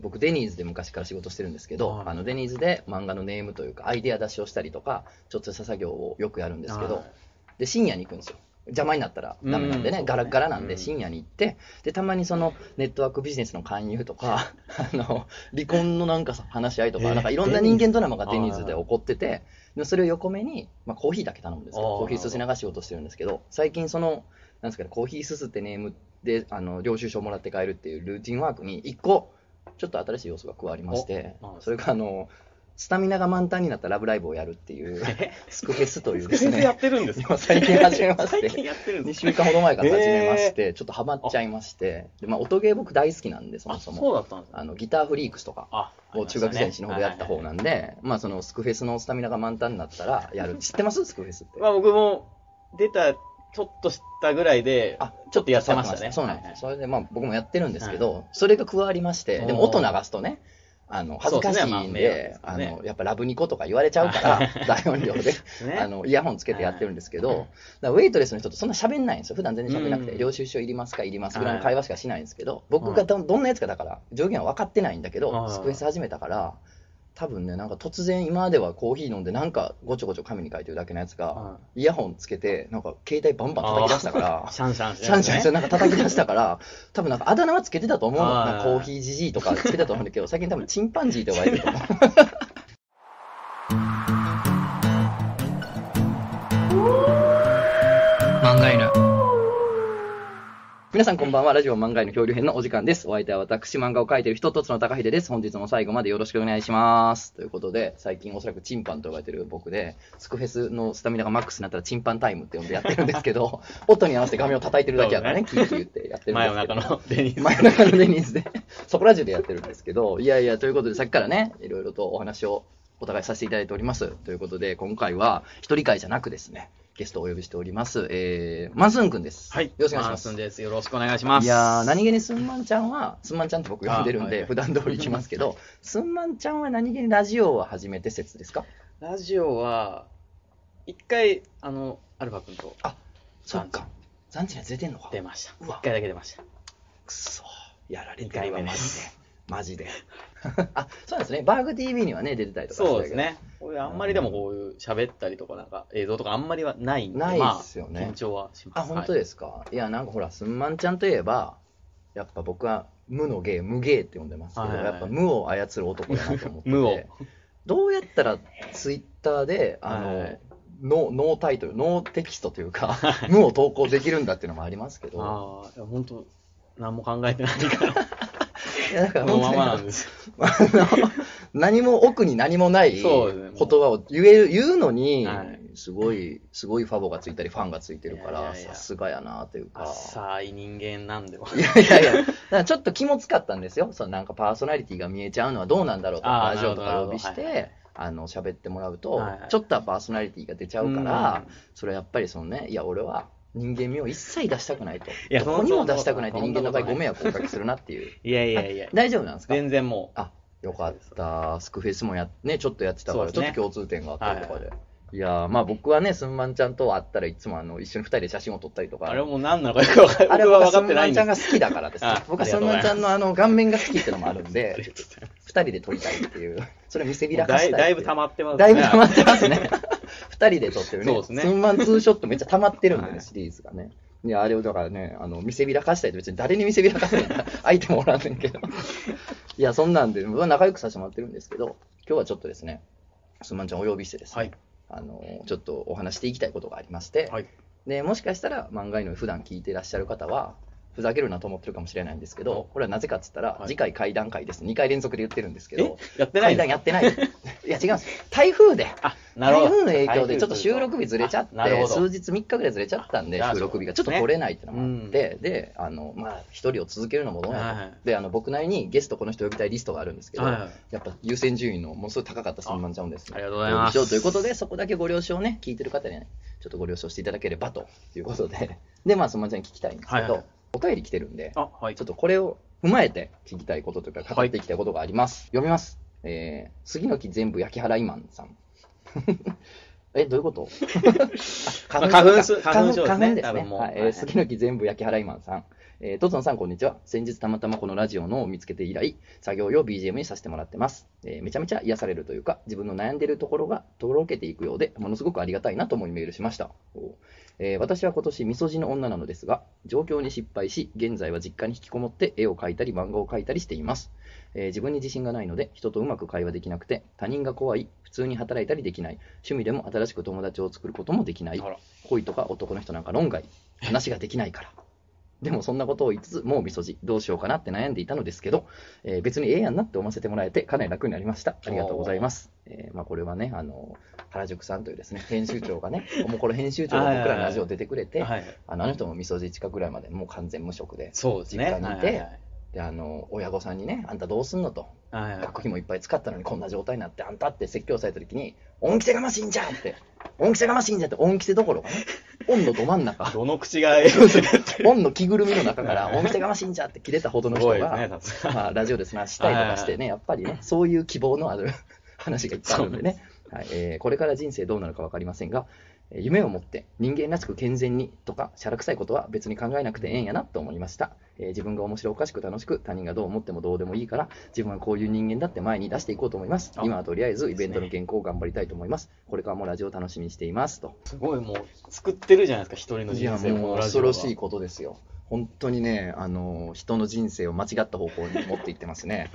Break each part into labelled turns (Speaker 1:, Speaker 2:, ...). Speaker 1: 僕デニーズで昔から仕事してるんですけど、
Speaker 2: はい
Speaker 1: あのデニーズで漫画のネームというかアイデア出しをしたりとかちょっとした作業をよくやるんですけど、
Speaker 2: はい
Speaker 1: で深夜に行くんですよ邪魔になったらダメなんでね、
Speaker 2: うん
Speaker 1: ガラッガラなん
Speaker 2: う
Speaker 1: で
Speaker 2: ん
Speaker 1: 深夜に行ってでたまにそのネットワークビジネスの勧誘と かあの離婚のなんかさ話し合いとか,、
Speaker 2: えー
Speaker 1: なんかいろんな人間ドラマが
Speaker 2: デ
Speaker 1: デ
Speaker 2: ニ
Speaker 1: ニ
Speaker 2: ー
Speaker 1: ー
Speaker 2: ズ
Speaker 1: ズで起こっててでそれを横目に、まあ、コーヒーだけ頼むんですけど
Speaker 2: あー
Speaker 1: コーヒーすすり流し仕事してるんですけど最近そのなんですかねコーヒーすすってネームであの領収書をもらって帰るっていうルーティンワークに1個ちょっと新しい要素が加わりまして
Speaker 2: おあ
Speaker 1: それがあのスタミナが満タンになったラブライブをやるって いうスクフェスというです
Speaker 2: 先生や
Speaker 1: ね
Speaker 2: ってるんですか
Speaker 1: 今最近始めまして
Speaker 2: 最近やってるんで
Speaker 1: 2
Speaker 2: す
Speaker 1: 週間ほど前から始めまして、ちょっとハマっちゃいまして、でまあ、音ゲー僕大好きなんで、そも
Speaker 2: あ、
Speaker 1: そ
Speaker 2: そ
Speaker 1: も。
Speaker 2: うだったんですね
Speaker 1: あのギターフリークスとか
Speaker 2: あ、
Speaker 1: を中学時代に死ぬほどやった方
Speaker 2: ん
Speaker 1: なんで、まあそのスクフェスのスタミナが満タンになったらやる。知ってますスクフェスって。
Speaker 2: まあ僕も出た、ちょっとしたぐらいで、ちょっとやってましたね。
Speaker 1: そうなんです。それでまあ僕もやってるんですけ
Speaker 2: は
Speaker 1: ど、それが加わりまして、でも
Speaker 2: おー
Speaker 1: 音流すとね、あの恥ずかしいんで、
Speaker 2: そうですねまあ
Speaker 1: あ
Speaker 2: 迷惑ですね
Speaker 1: のやっぱラブニコとか言われちゃうから、 大音量で
Speaker 2: すね。
Speaker 1: あのイヤホンつけてやってるんですけど、だからウェイトレスの人とそんな喋んないんですよ、普段全然喋んなくて、
Speaker 2: うん
Speaker 1: 領収書いりますか、いりますぐらいの会話しかしないんですけど、僕がどどんなやつかだから、上限は分かってないんだけど、
Speaker 2: はい
Speaker 1: スクエス始めたから、多分ね、なんか突然、今まではコーヒー飲んで、なんかごちょごちょ紙に書いてるだけのやつが、
Speaker 2: は
Speaker 1: イヤホンつけて、なんか携帯バンバン叩き出した から。
Speaker 2: シャンシャンして
Speaker 1: シャンシャンして
Speaker 2: ね。
Speaker 1: なんか叩き出したから、 多分なんかあだ名はつけてたと思うの。
Speaker 2: はい
Speaker 1: なんかコーヒーじじいとかつけてたと思うんだけど、最近多分チンパンジーとかいると 思う。
Speaker 3: 漫画犬
Speaker 1: 皆さんこんばんは。ラジオ漫画への漂流編のお時間です。お相手は私、漫画を描いている人、とつの高秀です。本日も最後までよろしくお願いします。ということで、最近おそらくチンパンと呼ばれてる僕で、スクフェスのスタミナがマックスになったらチンパンタイムって呼んでやってるんですけ ど、音に合わせて画面を叩いてるだけやからね、キーキー言ってやってるんですけど。
Speaker 2: 真夜中のデニーズ。
Speaker 1: 真夜中のデニーズで、そこら中でやってるんですけど、いやいや、ということで、さっきからね、いろいろとお話をお互いさせていただいております。ということで、今回は、一人会じゃなくですね、ゲストをお呼びしております、えー、マンスーンくんです。
Speaker 2: はい
Speaker 1: よ。ろしくお願いし
Speaker 2: マンスン
Speaker 1: ま
Speaker 2: です。よろしくお願いします。
Speaker 1: す。いやー、何気にすんまんちゃんは、すんまんちゃんって僕呼んでるん
Speaker 2: あはい
Speaker 1: で、普段通り行きますけど、すんまんちゃんは何気にラジオを始めて説ですか
Speaker 2: ラジオは、一回、あの、アルファ君と
Speaker 1: そっか。残地には出てんのか。
Speaker 2: 出ました。
Speaker 1: う
Speaker 2: 一
Speaker 1: わ
Speaker 2: 回だけ出ました。
Speaker 1: くそやられてる
Speaker 2: 二回
Speaker 1: わ
Speaker 2: 目で
Speaker 1: マジですマジで あそうなんですねバーグ TV にはね出てたりとか
Speaker 2: そうです
Speaker 1: してたけど
Speaker 2: ね。俺あんまりでもこういう喋ったりとかなんか映像とかあんまりはないんで、
Speaker 1: ない
Speaker 2: ま
Speaker 1: で
Speaker 2: あ
Speaker 1: すよね
Speaker 2: 緊張はします。
Speaker 1: あ本当
Speaker 2: はい
Speaker 1: ですか、い、やなんかほらすんまんちゃんといえばやっぱ僕は無の芸無芸って呼んでますけど、
Speaker 2: はいはいはい
Speaker 1: やっぱ無を操る男だなと思ってて
Speaker 2: 無を
Speaker 1: どうやったらツイッターであの、
Speaker 2: はい
Speaker 1: ノノータイトルノーテキストというか 無を投稿できるんだっていうのもありますけど
Speaker 2: ああ、いや本当、何も考えてないから、
Speaker 1: いやだか
Speaker 2: こ
Speaker 1: ら
Speaker 2: の
Speaker 1: 本当
Speaker 2: ま
Speaker 1: に
Speaker 2: まなんですよ。
Speaker 1: あの 何も奥に何もない言
Speaker 2: そうですねもう
Speaker 1: 葉を言える言うのに、
Speaker 2: はい
Speaker 1: すごい、すごいファボがついたり、ファンがついてるか
Speaker 2: いや
Speaker 1: ら、
Speaker 2: いやいや
Speaker 1: さすがやなというか。
Speaker 2: 浅い人間なんでも。
Speaker 1: いやいやいや、だからちょっと気もつかったんですよ。そのなんかパーソナリティが見えちゃうのはどうなんだろうとか、
Speaker 2: あー
Speaker 1: ラジオとかをお呼びし
Speaker 2: なるほどはいは
Speaker 1: て、あの、喋ってもらうと、
Speaker 2: はいはい
Speaker 1: ちょっとはパーソナリティが出ちゃうから、それはやっぱりそのね、いや、俺は人間味を一切出したく ないと。
Speaker 2: いや
Speaker 1: どこに
Speaker 2: そ
Speaker 1: も
Speaker 2: んな
Speaker 1: 出したくないって
Speaker 2: そん
Speaker 1: 人
Speaker 2: な
Speaker 1: 間
Speaker 2: こ
Speaker 1: の場
Speaker 2: とない
Speaker 1: 合ご迷惑をおかけするなっていう。
Speaker 2: うんいやいやいや、
Speaker 1: 大丈夫なんですか
Speaker 2: 全然も
Speaker 1: あよかった、スクフェスもやっね、ちょっとやってたから、
Speaker 2: そう
Speaker 1: ち
Speaker 2: です
Speaker 1: ょ
Speaker 2: ね
Speaker 1: っと共通点があったりとかで。いやーまあ僕はね、すんまんちゃんと会ったらいつもあの一緒に二人で写真を撮ったりと
Speaker 2: う、
Speaker 1: か、
Speaker 2: あれはもう何なのかよく分か
Speaker 1: あれ
Speaker 2: 僕は
Speaker 1: は僕はす
Speaker 2: 分かって
Speaker 1: ん
Speaker 2: な
Speaker 1: ま
Speaker 2: いん
Speaker 1: んちゃ
Speaker 2: で
Speaker 1: んが好きだからです
Speaker 2: あ。
Speaker 1: 僕は
Speaker 2: あ
Speaker 1: す
Speaker 2: りがと
Speaker 1: ん
Speaker 2: うご
Speaker 1: まん
Speaker 2: ざいます
Speaker 1: ちゃんのあの顔面が好きってのもあるん で、
Speaker 2: す。
Speaker 1: 二人で撮りたいっていう、それ見せびらか
Speaker 2: だ
Speaker 1: し
Speaker 2: い
Speaker 1: たい
Speaker 2: だいぶ
Speaker 1: って
Speaker 2: 溜
Speaker 1: う
Speaker 2: まってます
Speaker 1: だいぶ溜まってますね。 二人で撮ってるね。
Speaker 2: そうですね
Speaker 1: んまんツーショットめっちゃ溜まってるんだよ
Speaker 2: は
Speaker 1: ね、
Speaker 2: い
Speaker 1: シリーズがね。いや、あれをだからね、あの、見せびらかしたいと別に誰に見せびらかしたいか相手もおらんねんけ ど。いや、そんなんで、僕は仲良くさせてもらってるんですけど、今日はちょっとですね、すんまんちゃんをお呼びしてですね、
Speaker 2: はい
Speaker 1: あの、ちょっとお話していきたいことがありまして、
Speaker 2: はい
Speaker 1: で、もしかしたら漫画犬普段聞いていらっしゃる方は、ふざけるなと思ってるかもしれないんですけど、これはなぜかって言ったら、
Speaker 2: はい
Speaker 1: 次回会談会です。2回連続で言ってるんですけ
Speaker 2: え
Speaker 1: ど、
Speaker 2: やってない
Speaker 1: 会
Speaker 2: んで
Speaker 1: 談
Speaker 2: すか
Speaker 1: やってない。いや、違うんです。台風で。
Speaker 2: あ、なる
Speaker 1: 台
Speaker 2: ほど。
Speaker 1: 風の影響でちょっと収録日ずれちゃって、
Speaker 2: なるほど。
Speaker 1: 数日3日ぐらいずれちゃったんで、
Speaker 2: あ
Speaker 1: 収録日がちょっと取れないってのもあって、で、あの、まあ、一人を続けるのもどう
Speaker 2: はい
Speaker 1: な
Speaker 2: は
Speaker 1: の
Speaker 2: い
Speaker 1: と。で、あの、僕なりにゲストこの人呼びたいリストがあるんですけど、
Speaker 2: はいはい
Speaker 1: やっぱ優先順位のものすごい高かった3万ちゃうんですね
Speaker 2: あありがとうございます
Speaker 1: どうでしょうということで、そこだけご了承ね、聞いてる方にね、ちょっとご了承していただければということで、で、まあ、3万ちゃんに聞きたいんですけ
Speaker 2: はいはい
Speaker 1: ど、お便り来てるんで、
Speaker 2: あ、はい
Speaker 1: ちょっ。とこれを踏まえて聞きたいことというか、語っていきたいことがあります。読みます。えー、杉の木全部焼き払いマンさん。 え、どういうこと あ
Speaker 2: まあ花粉症
Speaker 1: か
Speaker 2: 花粉症ですね
Speaker 1: 花粉
Speaker 2: 多分もう
Speaker 1: はいえ
Speaker 2: はいは
Speaker 1: ー
Speaker 2: い
Speaker 1: 杉の木全部焼き払いマンさん。えー、トツノさん、こんにちは。先日たまたまこのラジオのを見つけて以来、作業用 BGM にさせてもらってます。えーめちゃめちゃ癒されるというか、自分の悩んでいるところがとろけていくようで、ものすごくありがたいなと思いメールしました。おえー私は今年、みそじの女なのですが、上京に失敗し、現在は実家に引きこもって絵を描いたり漫画を描いたりしています。えー自分に自信がないので、人とうまく会話できなくて、他人が怖い、普通に働いたりできない、趣味でも新しく友達を作ることもできない
Speaker 2: あ、ら
Speaker 1: 恋とか男の人なんか論外話ができないからでもそんなことを言いつつもうみそじどうしようかなって悩んでいたのですけど、えー別にええやんなって思わせてもらえてかなり楽になりましたありがとうございます、えーまあ、これはねあの原宿さんというですね編集長がね もうこれ編集長が僕らのラジオ出てくれて
Speaker 2: はい。
Speaker 1: あのあの人もみそじ近くらいまでもう完全無職で
Speaker 2: そうですね。
Speaker 1: 実家にいて
Speaker 2: はいはい
Speaker 1: であの親御さんにねあんたどうすんのと
Speaker 2: はいはい
Speaker 1: 学費もいっぱい使ったのにこんな状態になってあんたって説教された時に恩着せがましいんじゃって恩着せがましいんじゃって恩着せどこ ろかね恩のど真ん中
Speaker 2: どの口が英語でやってる
Speaker 1: 本の着ぐるみの中から、お店がましいんじゃって切れたほどの
Speaker 2: す
Speaker 1: 人
Speaker 2: ご
Speaker 1: が、
Speaker 2: いですね、さすが。
Speaker 1: まあ、ラジオで話したりとかしてね、やっぱりね、そういう希望のあ る話がいっぱいあるんでね、はいえーこれから人生どうなるか分かりませんが、えー夢を持って人間らしく健全にとか、しゃらくさいことは別に考えなくてええんやなと思いました、えー自分が面白おかしく楽しく、他人がどう思ってもどうでもいいから、自分はこういう人間だって前に出していこうと思います。
Speaker 2: あ
Speaker 1: 今はとりあえずイベントの原稿を頑張りたいと思います。これからもラジオ楽しみにしていますと。
Speaker 2: すごいもう、作ってるじゃないですか、一人の
Speaker 1: い
Speaker 2: 人
Speaker 1: や
Speaker 2: 生をこ
Speaker 1: もう
Speaker 2: のラジ
Speaker 1: 恐
Speaker 2: オは
Speaker 1: ろしいことですよ。本当にね、あの人の人生を間違った方向に持っていってます ね。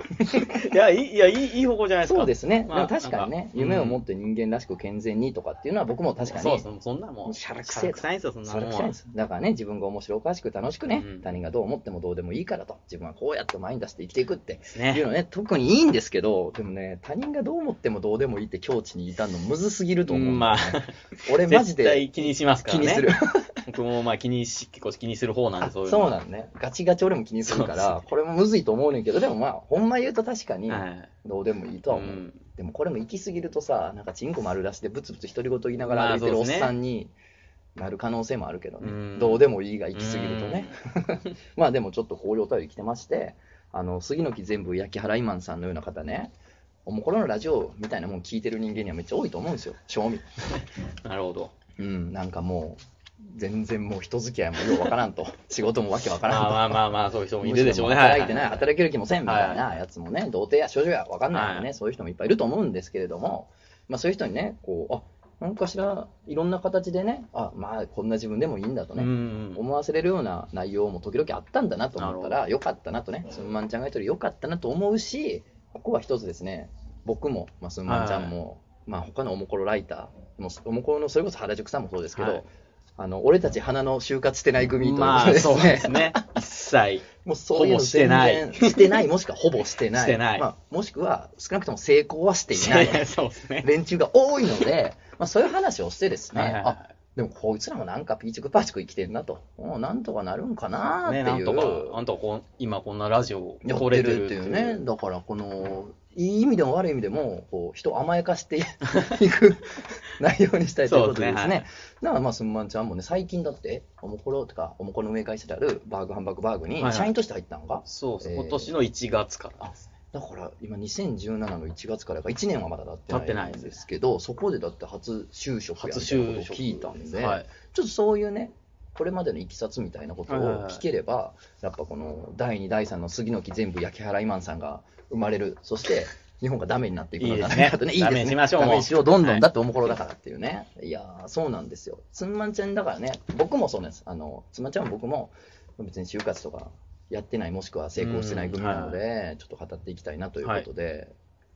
Speaker 2: いや、いいいやいいいい方向じゃないですか。
Speaker 1: そうですね。
Speaker 2: まあ
Speaker 1: でも確かにね、
Speaker 2: うん
Speaker 1: 夢を持って人間らしく健全にとかっていうのは僕も確かに。
Speaker 2: そうそう、そんなも
Speaker 1: も
Speaker 2: ん。
Speaker 1: うしゃらくせえと
Speaker 2: しゃらくさいんですよ、そんな
Speaker 1: そ
Speaker 2: もん
Speaker 1: れ
Speaker 2: は。
Speaker 1: くらいですだからね、自分が面白おかしく楽しくね、
Speaker 2: うん
Speaker 1: 他人がどう思ってもどうでもいいからと、自分はこうやって前に出して生きていくって
Speaker 2: です
Speaker 1: い
Speaker 2: ね
Speaker 1: う。の ね、特にいいんですけど、でもね、他人がどう思ってもどうでもいいって境地にいたのむずすぎると思うんだよね、
Speaker 2: まあ
Speaker 1: 俺マジ
Speaker 2: 絶
Speaker 1: で
Speaker 2: 対気にしますから
Speaker 1: 気
Speaker 2: ね。
Speaker 1: にする。。
Speaker 2: 僕もまあ気にし、結構気にする方なん
Speaker 1: あ
Speaker 2: で、そ
Speaker 1: そうう
Speaker 2: いう
Speaker 1: な
Speaker 2: で
Speaker 1: んね。ガチガチ俺も気にするから、これもむずいと思うねんけど、でもまあ、ほんま言うと確かに、
Speaker 2: はい。
Speaker 1: どうでもいいとは思う。
Speaker 2: うん
Speaker 1: でもこれも行き過ぎるとさ、なんかチンコ丸出しでブツブツ独り言言いながら
Speaker 2: ま
Speaker 1: 歩
Speaker 2: あ
Speaker 1: いてる
Speaker 2: そ
Speaker 1: お
Speaker 2: う
Speaker 1: っ
Speaker 2: ですね
Speaker 1: さんになる可能性もあるけどね。
Speaker 2: うん
Speaker 1: どうでもいいが行き過ぎるとね。 まあでもちょっとこういうお便り来てまして、あの、杉の木全部焼き払いマンさんのような方ね、もうこれのラジオみたいなもん聞いてる人間にはめっちゃ多いと思うんですよ。賞味。
Speaker 2: うん。なるほど。
Speaker 1: うん、なんかもう、全然もう人付き合いもようわからんと。 仕事もわけわからん
Speaker 2: ま
Speaker 1: と
Speaker 2: あ。まあまあまあ、そういう人もい
Speaker 1: むし
Speaker 2: る
Speaker 1: ろ
Speaker 2: でしょうね。
Speaker 1: 働いてない、
Speaker 2: は
Speaker 1: 働ける気もせんみたい
Speaker 2: は
Speaker 1: なやつもね、童貞や処女や分かんないよ
Speaker 2: は
Speaker 1: ね、
Speaker 2: い
Speaker 1: そういう人もいっぱいいると思うんですけれども、まあ、そういう人にね、こう、あなんかしらいろんな形でね、あまあ、こんな自分でもいいんだと
Speaker 2: うんう
Speaker 1: ね、
Speaker 2: ん。
Speaker 1: 思わせれるような内容も時々あったんだなと思った
Speaker 2: なる
Speaker 1: ら、よかったなとね、すんまんちゃんが言ってるよかったなと思うし、ここは一つですね、僕も、まあ、すんまんちゃんも、まあ他のおもころライターも、おもころのそれこそ原宿さんもそうですけど、
Speaker 2: はい
Speaker 1: あの俺たち花の就活してない組というこ
Speaker 2: ま
Speaker 1: と
Speaker 2: あ、
Speaker 1: です
Speaker 2: そう
Speaker 1: ね。
Speaker 2: です ね。一切。
Speaker 1: もうそういうの全然
Speaker 2: ほぼ
Speaker 1: してない。してない、もしくはほぼしてない。
Speaker 2: してない
Speaker 1: まあ、もしくは少なくとも成功はしていない
Speaker 2: そうですね。
Speaker 1: 連中が多いので、まあ、そういう話をしてですね、
Speaker 2: はいはいはい
Speaker 1: あでもこいつらもなんかピーチクパーチク生きてんなと、もうなんとかなるんかなってい
Speaker 2: ね、
Speaker 1: う。
Speaker 2: なんとか、あんとかこん今こんなラジオを
Speaker 1: や
Speaker 2: 撮
Speaker 1: っ
Speaker 2: れ
Speaker 1: て
Speaker 2: てる
Speaker 1: る
Speaker 2: っ
Speaker 1: ってて
Speaker 2: い
Speaker 1: いう
Speaker 2: う
Speaker 1: ね、だからこの、いい意味でも悪い意味でも、こう人を甘やかしていく 内容にしたいということでです
Speaker 2: そうですねは
Speaker 1: ね、だからまあ、すんまんちゃんもね、最近だって、おもころとか、おもころの運営会社であるバーグハンバーグバーグ
Speaker 2: は
Speaker 1: に
Speaker 2: いはい
Speaker 1: 社員として入ったのが、
Speaker 2: そうそう、
Speaker 1: えー
Speaker 2: 今年の1月から。
Speaker 1: だから今2017の1月からが1年はまだ経
Speaker 2: 経
Speaker 1: っ
Speaker 2: ってて
Speaker 1: な
Speaker 2: ないい
Speaker 1: んですけどそこでだって初就職やみ
Speaker 2: 初
Speaker 1: たいな
Speaker 2: 就
Speaker 1: こと
Speaker 2: 職。
Speaker 1: を聞いたんで、
Speaker 2: はい。
Speaker 1: ちょっとそういうねこれまでのいきさつみたいなことを
Speaker 2: はいはいはい
Speaker 1: 聞ければ、やっぱこの第2第3の杉の木全部焼き払いマンさんが生まれるそして日本がダメになっていくのかない
Speaker 2: いですね
Speaker 1: とね
Speaker 2: ダメにしましょう
Speaker 1: ダメにしようどんど
Speaker 2: は
Speaker 1: ん
Speaker 2: い
Speaker 1: だっておもころだからっていうね、い、やーそうなんですよつんまんちゃんだからね僕もそうなんですあのつんまんちゃんも僕も別に就活とかやってないもしくは成功してない組なので、ちょっと語っていきたいなということで、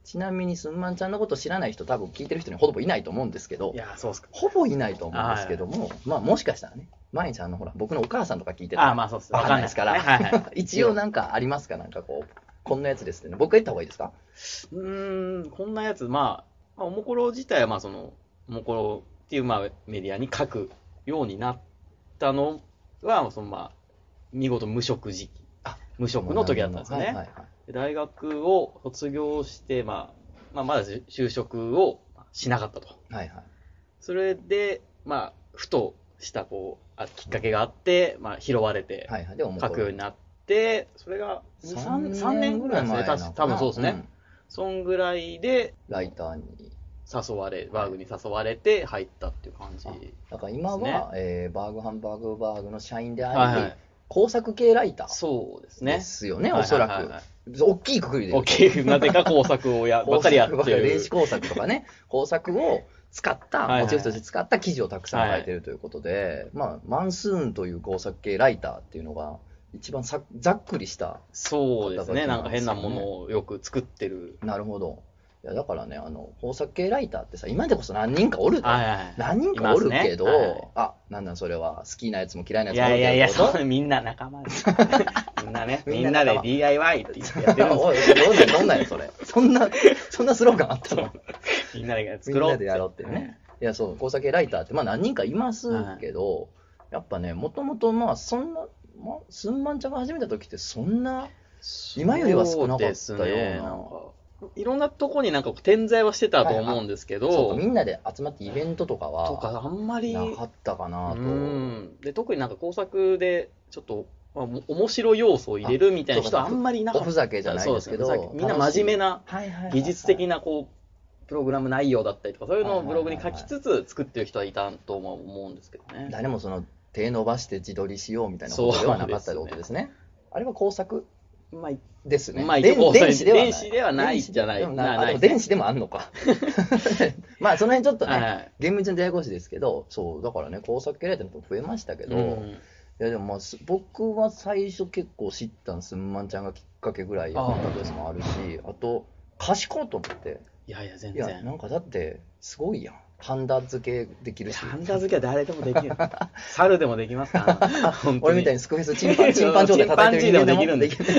Speaker 1: ちなみにすんまんちゃんのこと知らない人多分聞いてる人にほぼいないと思うんですけど
Speaker 2: いや、そうっすか。
Speaker 1: ほぼいないと思うんですけども、まあもしかしたらね、毎日あのほら、僕のお母さんとか聞いてた
Speaker 2: あ
Speaker 1: ら、
Speaker 2: あ、まあそうっす。
Speaker 1: わかんないですから
Speaker 2: わんないですねはいはい。
Speaker 1: 一応なんかありますか、なんかこう、こんなやつですね、僕が言った方がいいですか、
Speaker 2: うーん、こんなやつ、まあ、まあ、おもころ自体は、まあ、その、おもころっていう、まあ、メディアに書くようになったのは、その、まあ、見事無職時期。
Speaker 1: あ
Speaker 2: 無職の時だったんですよね。
Speaker 1: はいはいはい
Speaker 2: で大学を卒業して、まあ、まあ、まだ就就職をしなかったと。
Speaker 1: はいはい
Speaker 2: それで、まあ、ふとした、こう、あきっかけがあって、まあ、拾われて、
Speaker 1: はいはい、でも
Speaker 2: 書くようになって、それが2 3、3年ぐらいですね。
Speaker 1: 前
Speaker 2: た
Speaker 1: なの
Speaker 2: し
Speaker 1: か
Speaker 2: 多
Speaker 1: な
Speaker 2: 分そうですね。、そんぐらいで、
Speaker 1: うんライターに。
Speaker 2: 誘われ、バーグに誘われて入ったっていう感じ。
Speaker 1: だから今は、
Speaker 2: ですね
Speaker 1: えーバーグハンバーグバーグの社員であり、
Speaker 2: はいはい
Speaker 1: 工作系ライター
Speaker 2: そうですね。
Speaker 1: ですよね、
Speaker 2: はい
Speaker 1: おそら
Speaker 2: はいはいはい
Speaker 1: く。大きいくくりで言
Speaker 2: 大
Speaker 1: うと。
Speaker 2: きい、なぜか工作を や、ばっかりやって
Speaker 1: 工作ばっかり電
Speaker 2: る
Speaker 1: 子。工作とかね、工作を使った、
Speaker 2: はいはい
Speaker 1: モチーフとして使った記事をたくさん書いてるということで、まあ、マンスーンという工作系ライターっていうのが、一番さざっくりした、
Speaker 2: そうですね。なんか変なも
Speaker 1: 形なんです
Speaker 2: のをよく作ってる。
Speaker 1: なるほど。いや、だからね、あの、工作系ライターってさ、今でこそ何人かおる
Speaker 2: はいはいはい。
Speaker 1: 何人かおるけど、
Speaker 2: いますねはい
Speaker 1: あ、なんなんそれは、好きなやつも嫌いなや
Speaker 2: い
Speaker 1: つもお
Speaker 2: や
Speaker 1: る
Speaker 2: いやいや、
Speaker 1: けど
Speaker 2: そうみんな仲間です。みんなね、
Speaker 1: み
Speaker 2: み
Speaker 1: ん
Speaker 2: ん
Speaker 1: な
Speaker 2: な
Speaker 1: 仲
Speaker 2: で
Speaker 1: 間
Speaker 2: DIY って言ってやって るんです
Speaker 1: おい、どんなん、どんなんや、それ。そんな、そんなスローガンあったのい
Speaker 2: みんなで作
Speaker 1: み
Speaker 2: ろう
Speaker 1: んなでやろうってね。や、そう、工作系ライターって、まあ何人かいますけど、やっぱね、もともと、まあ、そんな、まあ、すんまんちゃんが始めた時って、そんな、今よりは少なかったような
Speaker 2: そうですねんかいろんなとこになんか点在はしてたと思うんですけ
Speaker 1: そう
Speaker 2: ど
Speaker 1: か、みんなで集まってイベントとか
Speaker 2: と
Speaker 1: は、
Speaker 2: かあんまり、
Speaker 1: なかったかなと。
Speaker 2: うんで特になんか工作でちょっと、まあ、も面白い要素を入れるみたいな
Speaker 1: あそ
Speaker 2: 人
Speaker 1: うか
Speaker 2: あんまりいなか
Speaker 1: お
Speaker 2: った
Speaker 1: ふざけじゃないですけど、
Speaker 2: そうですねみんな真面目な
Speaker 1: 楽しい、はいはいはいはい
Speaker 2: 技術的なこうプログラム内容だったりとかそういうのをブログに書きつつ作ってる人はいたとは思うんですけどね。
Speaker 1: 誰もその手伸ばして自撮りしようみたいなことではなかったってことですね。あれは工作
Speaker 2: まあ、
Speaker 1: ですね。
Speaker 2: まあ一
Speaker 1: 電
Speaker 2: 応工作
Speaker 1: 電子ではない。
Speaker 2: 電子ではないじゃない
Speaker 1: 電子でも
Speaker 2: な
Speaker 1: あでも
Speaker 2: ない
Speaker 1: 電子でもあんのか。 まあその辺ちょっと
Speaker 2: はい
Speaker 1: ね、
Speaker 2: はい
Speaker 1: 厳密に出会い越しですけど、そう、だからね、工作系ライターの人増えましたけど、
Speaker 2: う
Speaker 1: い
Speaker 2: ん
Speaker 1: やでもまあす僕は最初結構知ったんすんまんちゃんがきっかけぐらいだったですもあるし、あと、賢いと思って、
Speaker 2: いやいや全
Speaker 1: いや、
Speaker 2: 然。
Speaker 1: なんかだって、すごいやん。ハンダ付けできるし。
Speaker 2: ハンダ付けは誰でもできる。 猿でもできますから。本当に
Speaker 1: 俺みたいにスクフェスチンパ ン、チンパン状態叩いてる人間でもできるんで。い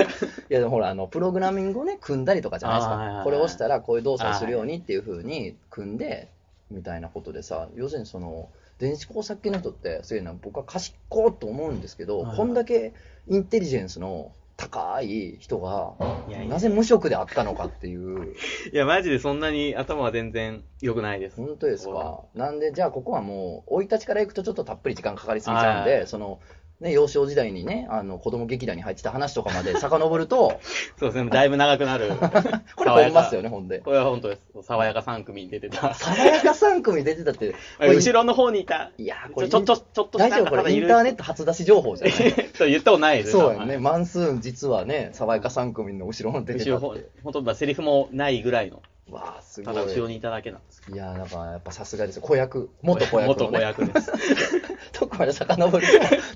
Speaker 1: やでもほら、あの、プログラミングをね、組んだりとかじゃないです
Speaker 2: あーはいはいは
Speaker 1: か。
Speaker 2: い
Speaker 1: これを押したらこういう動作をするようにっていうふうに組んで、みたいなことでさ、要するにその、電子工作系の人って、そういうのは僕は賢いと思うんですけど
Speaker 2: はいは、い
Speaker 1: こんだけインテリジェンスの高い人が、
Speaker 2: いやいや
Speaker 1: なぜ無職であったのかっていう。
Speaker 2: いや、マジでそんなに頭は全然良くないです。
Speaker 1: 本当ですか。なんで、じゃあここはもう、生い立ちから行くとちょっとたっぷり時間かかりすぎちゃうん
Speaker 2: は
Speaker 1: で、その、ね、幼少時代にね、あの、子供劇団に入ってた話とか まで遡ると、
Speaker 2: そうですね、だいぶ長くなる。
Speaker 1: これ飛びますよね、ほんで。
Speaker 2: これは本当です。爽やか3組に出て た。
Speaker 1: 爽やか3組出てたって、これ
Speaker 2: 後ろの方にいた。
Speaker 1: いやー、こ
Speaker 2: ちょ
Speaker 1: れ、
Speaker 2: ちょっと、ちょっと
Speaker 1: 大丈夫これ、インターネット初出し情報 じゃない
Speaker 2: と言ったことないです
Speaker 1: そうやんね、。マンスーン、実はね、爽やか3組の後ろの出て
Speaker 2: 後
Speaker 1: た
Speaker 2: ろ、
Speaker 1: っ
Speaker 2: ほ
Speaker 1: て。
Speaker 2: ほとんどセリフもないぐらいの、
Speaker 1: わあ、すご
Speaker 2: ただ後ろ
Speaker 1: い。
Speaker 2: にいただけなんですけ
Speaker 1: いやー、なんかやっぱさすがですよ、子役、
Speaker 2: ど。
Speaker 1: 元子役
Speaker 2: 元
Speaker 1: の
Speaker 2: 子
Speaker 1: ね、
Speaker 2: 役です。
Speaker 1: どこまで遡る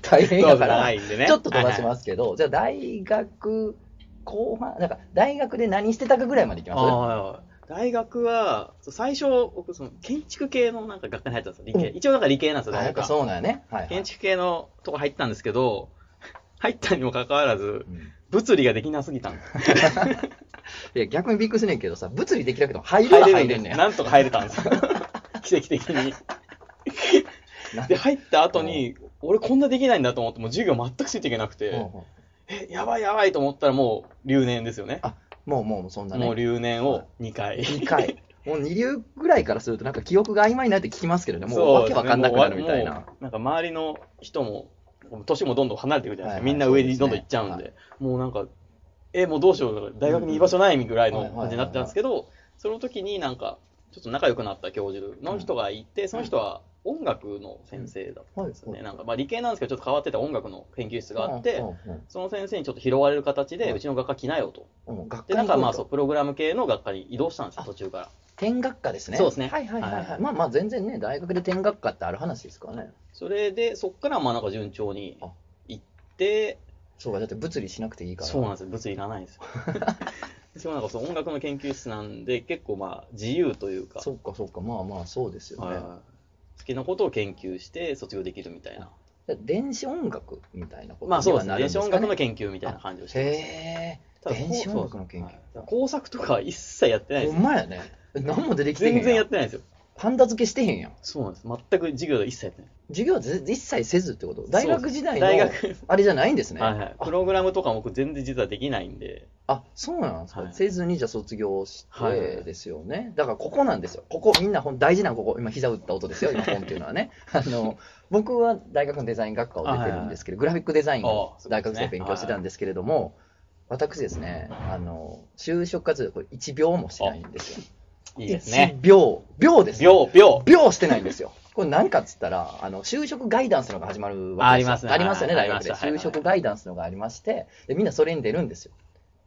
Speaker 1: と大変やか
Speaker 2: そう
Speaker 1: ら
Speaker 2: 長。いんでね。
Speaker 1: ちょっと飛ばし
Speaker 2: はいはい
Speaker 1: ますけど、じゃあ大学後半、なんか大学で何してたかぐらいまでいき
Speaker 2: あ
Speaker 1: ま
Speaker 2: あはいはい大学は、そう最初、僕、その、建築系のなんか学科に入ってたんですよ。理
Speaker 1: う
Speaker 2: 系。一応なんか理系なんです
Speaker 1: す
Speaker 2: よ、
Speaker 1: あ
Speaker 2: 大
Speaker 1: やっ
Speaker 2: 学
Speaker 1: ぱ
Speaker 2: は。
Speaker 1: そうなんやね。はい、はい。
Speaker 2: 建築系のとこ入ったんですけど、 入ったにもかかわらず
Speaker 1: う、ん
Speaker 2: 物理ができなすぎたんです。
Speaker 1: いや、逆にびっくりするんやけどさ、物理できなくても 入るは
Speaker 2: 入れる
Speaker 1: 入
Speaker 2: ん
Speaker 1: れ
Speaker 2: で
Speaker 1: ん
Speaker 2: す
Speaker 1: ねや。
Speaker 2: なんとか入れた んですよ。奇跡的に。で、入った後に、俺こんなできないんだと思って、もう授業全くついていけなく
Speaker 1: うん
Speaker 2: て、
Speaker 1: うん
Speaker 2: え、やばいやばいと思ったらもう留年ですよね。
Speaker 1: あもうもうそんな
Speaker 2: もう
Speaker 1: ね、
Speaker 2: 留年を2回。
Speaker 1: 2回。もう二流ぐらいからするとなんか記憶が曖昧になって聞きますけどね、もう
Speaker 2: そ
Speaker 1: わ
Speaker 2: う
Speaker 1: け
Speaker 2: で
Speaker 1: わ
Speaker 2: すね
Speaker 1: かんなくなるみたい。
Speaker 2: もう
Speaker 1: な
Speaker 2: も。うなんか周りの人も、年もどんどん離れていくじゃないです
Speaker 1: は
Speaker 2: か。
Speaker 1: いはい
Speaker 2: みんな上にどんどん行っちゃうん
Speaker 1: そう
Speaker 2: で。
Speaker 1: で
Speaker 2: もうなんか、え、もうどうしよう。大学に居場所ないぐらいの感じになってたんですけど、その時になんか、ちょっと仲良くなった教授の人がいて、その人は音楽の先生だったんですよ
Speaker 1: う
Speaker 2: ね。
Speaker 1: ん
Speaker 2: なんか、まあ理系なんですけど、ちょっと変わってた音楽の研究室があっ
Speaker 1: う
Speaker 2: て
Speaker 1: ん、うん
Speaker 2: その先生にちょっと拾われる形
Speaker 1: う
Speaker 2: で、
Speaker 1: ん
Speaker 2: うちの学科来なよと。
Speaker 1: うんうん学科
Speaker 2: で、
Speaker 1: に
Speaker 2: なんかまあ
Speaker 1: 行
Speaker 2: そう、
Speaker 1: こうと
Speaker 2: プログラム系の学科に移動したんですよ、途中から。
Speaker 1: 転学科ですね。
Speaker 2: そうですね
Speaker 1: はいはいはい、は
Speaker 2: はいいはい
Speaker 1: まあまあ全然ね、大学で転学科ってある話ですからね。
Speaker 2: それで、そっからまあなんか順調に
Speaker 1: あ
Speaker 2: 行って、
Speaker 1: そうか、だって物理しなくていいから。
Speaker 2: そうなんですよ、物理いらないんですよ。 しかもなんかそう音楽の研究室なんで、結構まあ自由というか、
Speaker 1: そうかそうか、まあまあそうですよね。
Speaker 2: はい好きなことを研究して卒業できるみたいな。
Speaker 1: 電子音楽みたいなこと
Speaker 2: まあそうです
Speaker 1: に
Speaker 2: ね、
Speaker 1: はなるん
Speaker 2: 電子音楽の
Speaker 1: 研
Speaker 2: 研究みたいな感じをしてました
Speaker 1: へ
Speaker 2: た
Speaker 1: え
Speaker 2: だこう
Speaker 1: 電子音楽の研究
Speaker 2: そうはい工作とかは一切やってない
Speaker 1: ほ
Speaker 2: です
Speaker 1: ん。まやね何も出てきてへんや
Speaker 2: 全
Speaker 1: ん
Speaker 2: 然やってないですよ。
Speaker 1: パンダ付けしてへんやん
Speaker 2: そうなんです。全く授業で一切やってない。
Speaker 1: 授業はぜ一切せずってこと
Speaker 2: うです
Speaker 1: 大学時代
Speaker 2: 大
Speaker 1: の
Speaker 2: 学
Speaker 1: あれじゃないん ですね
Speaker 2: はいはい。プログラムとかも僕全然実はできないんで、
Speaker 1: あそうなんですか、
Speaker 2: はい
Speaker 1: せずにじゃあ卒業し
Speaker 2: はいは
Speaker 1: て
Speaker 2: い
Speaker 1: ですよね、だからここなんですよここみんなほん大事なここ今膝打った音ですよ今本っていうのは ねあの僕は大学のデザイン学科を出てるんですけど、グラフィックデザインを
Speaker 2: あそうですね
Speaker 1: 大学生勉強してたんですけれども、私ですねあの就職活動これ1秒もしてないんですよ
Speaker 2: いいですね。
Speaker 1: 1秒秒ですよ
Speaker 2: 秒、秒
Speaker 1: 秒してないんですよこれ何かっつったら、あの、就職ガイダンスのが始まる
Speaker 2: あ
Speaker 1: わ
Speaker 2: あ
Speaker 1: けで
Speaker 2: り
Speaker 1: すよ。
Speaker 2: ますね
Speaker 1: ありますよね、
Speaker 2: は
Speaker 1: 大
Speaker 2: い
Speaker 1: 学で。
Speaker 2: ありま
Speaker 1: 就
Speaker 2: した
Speaker 1: 職ガイダンスのがありまして、で、みんなそれに出るんですよ。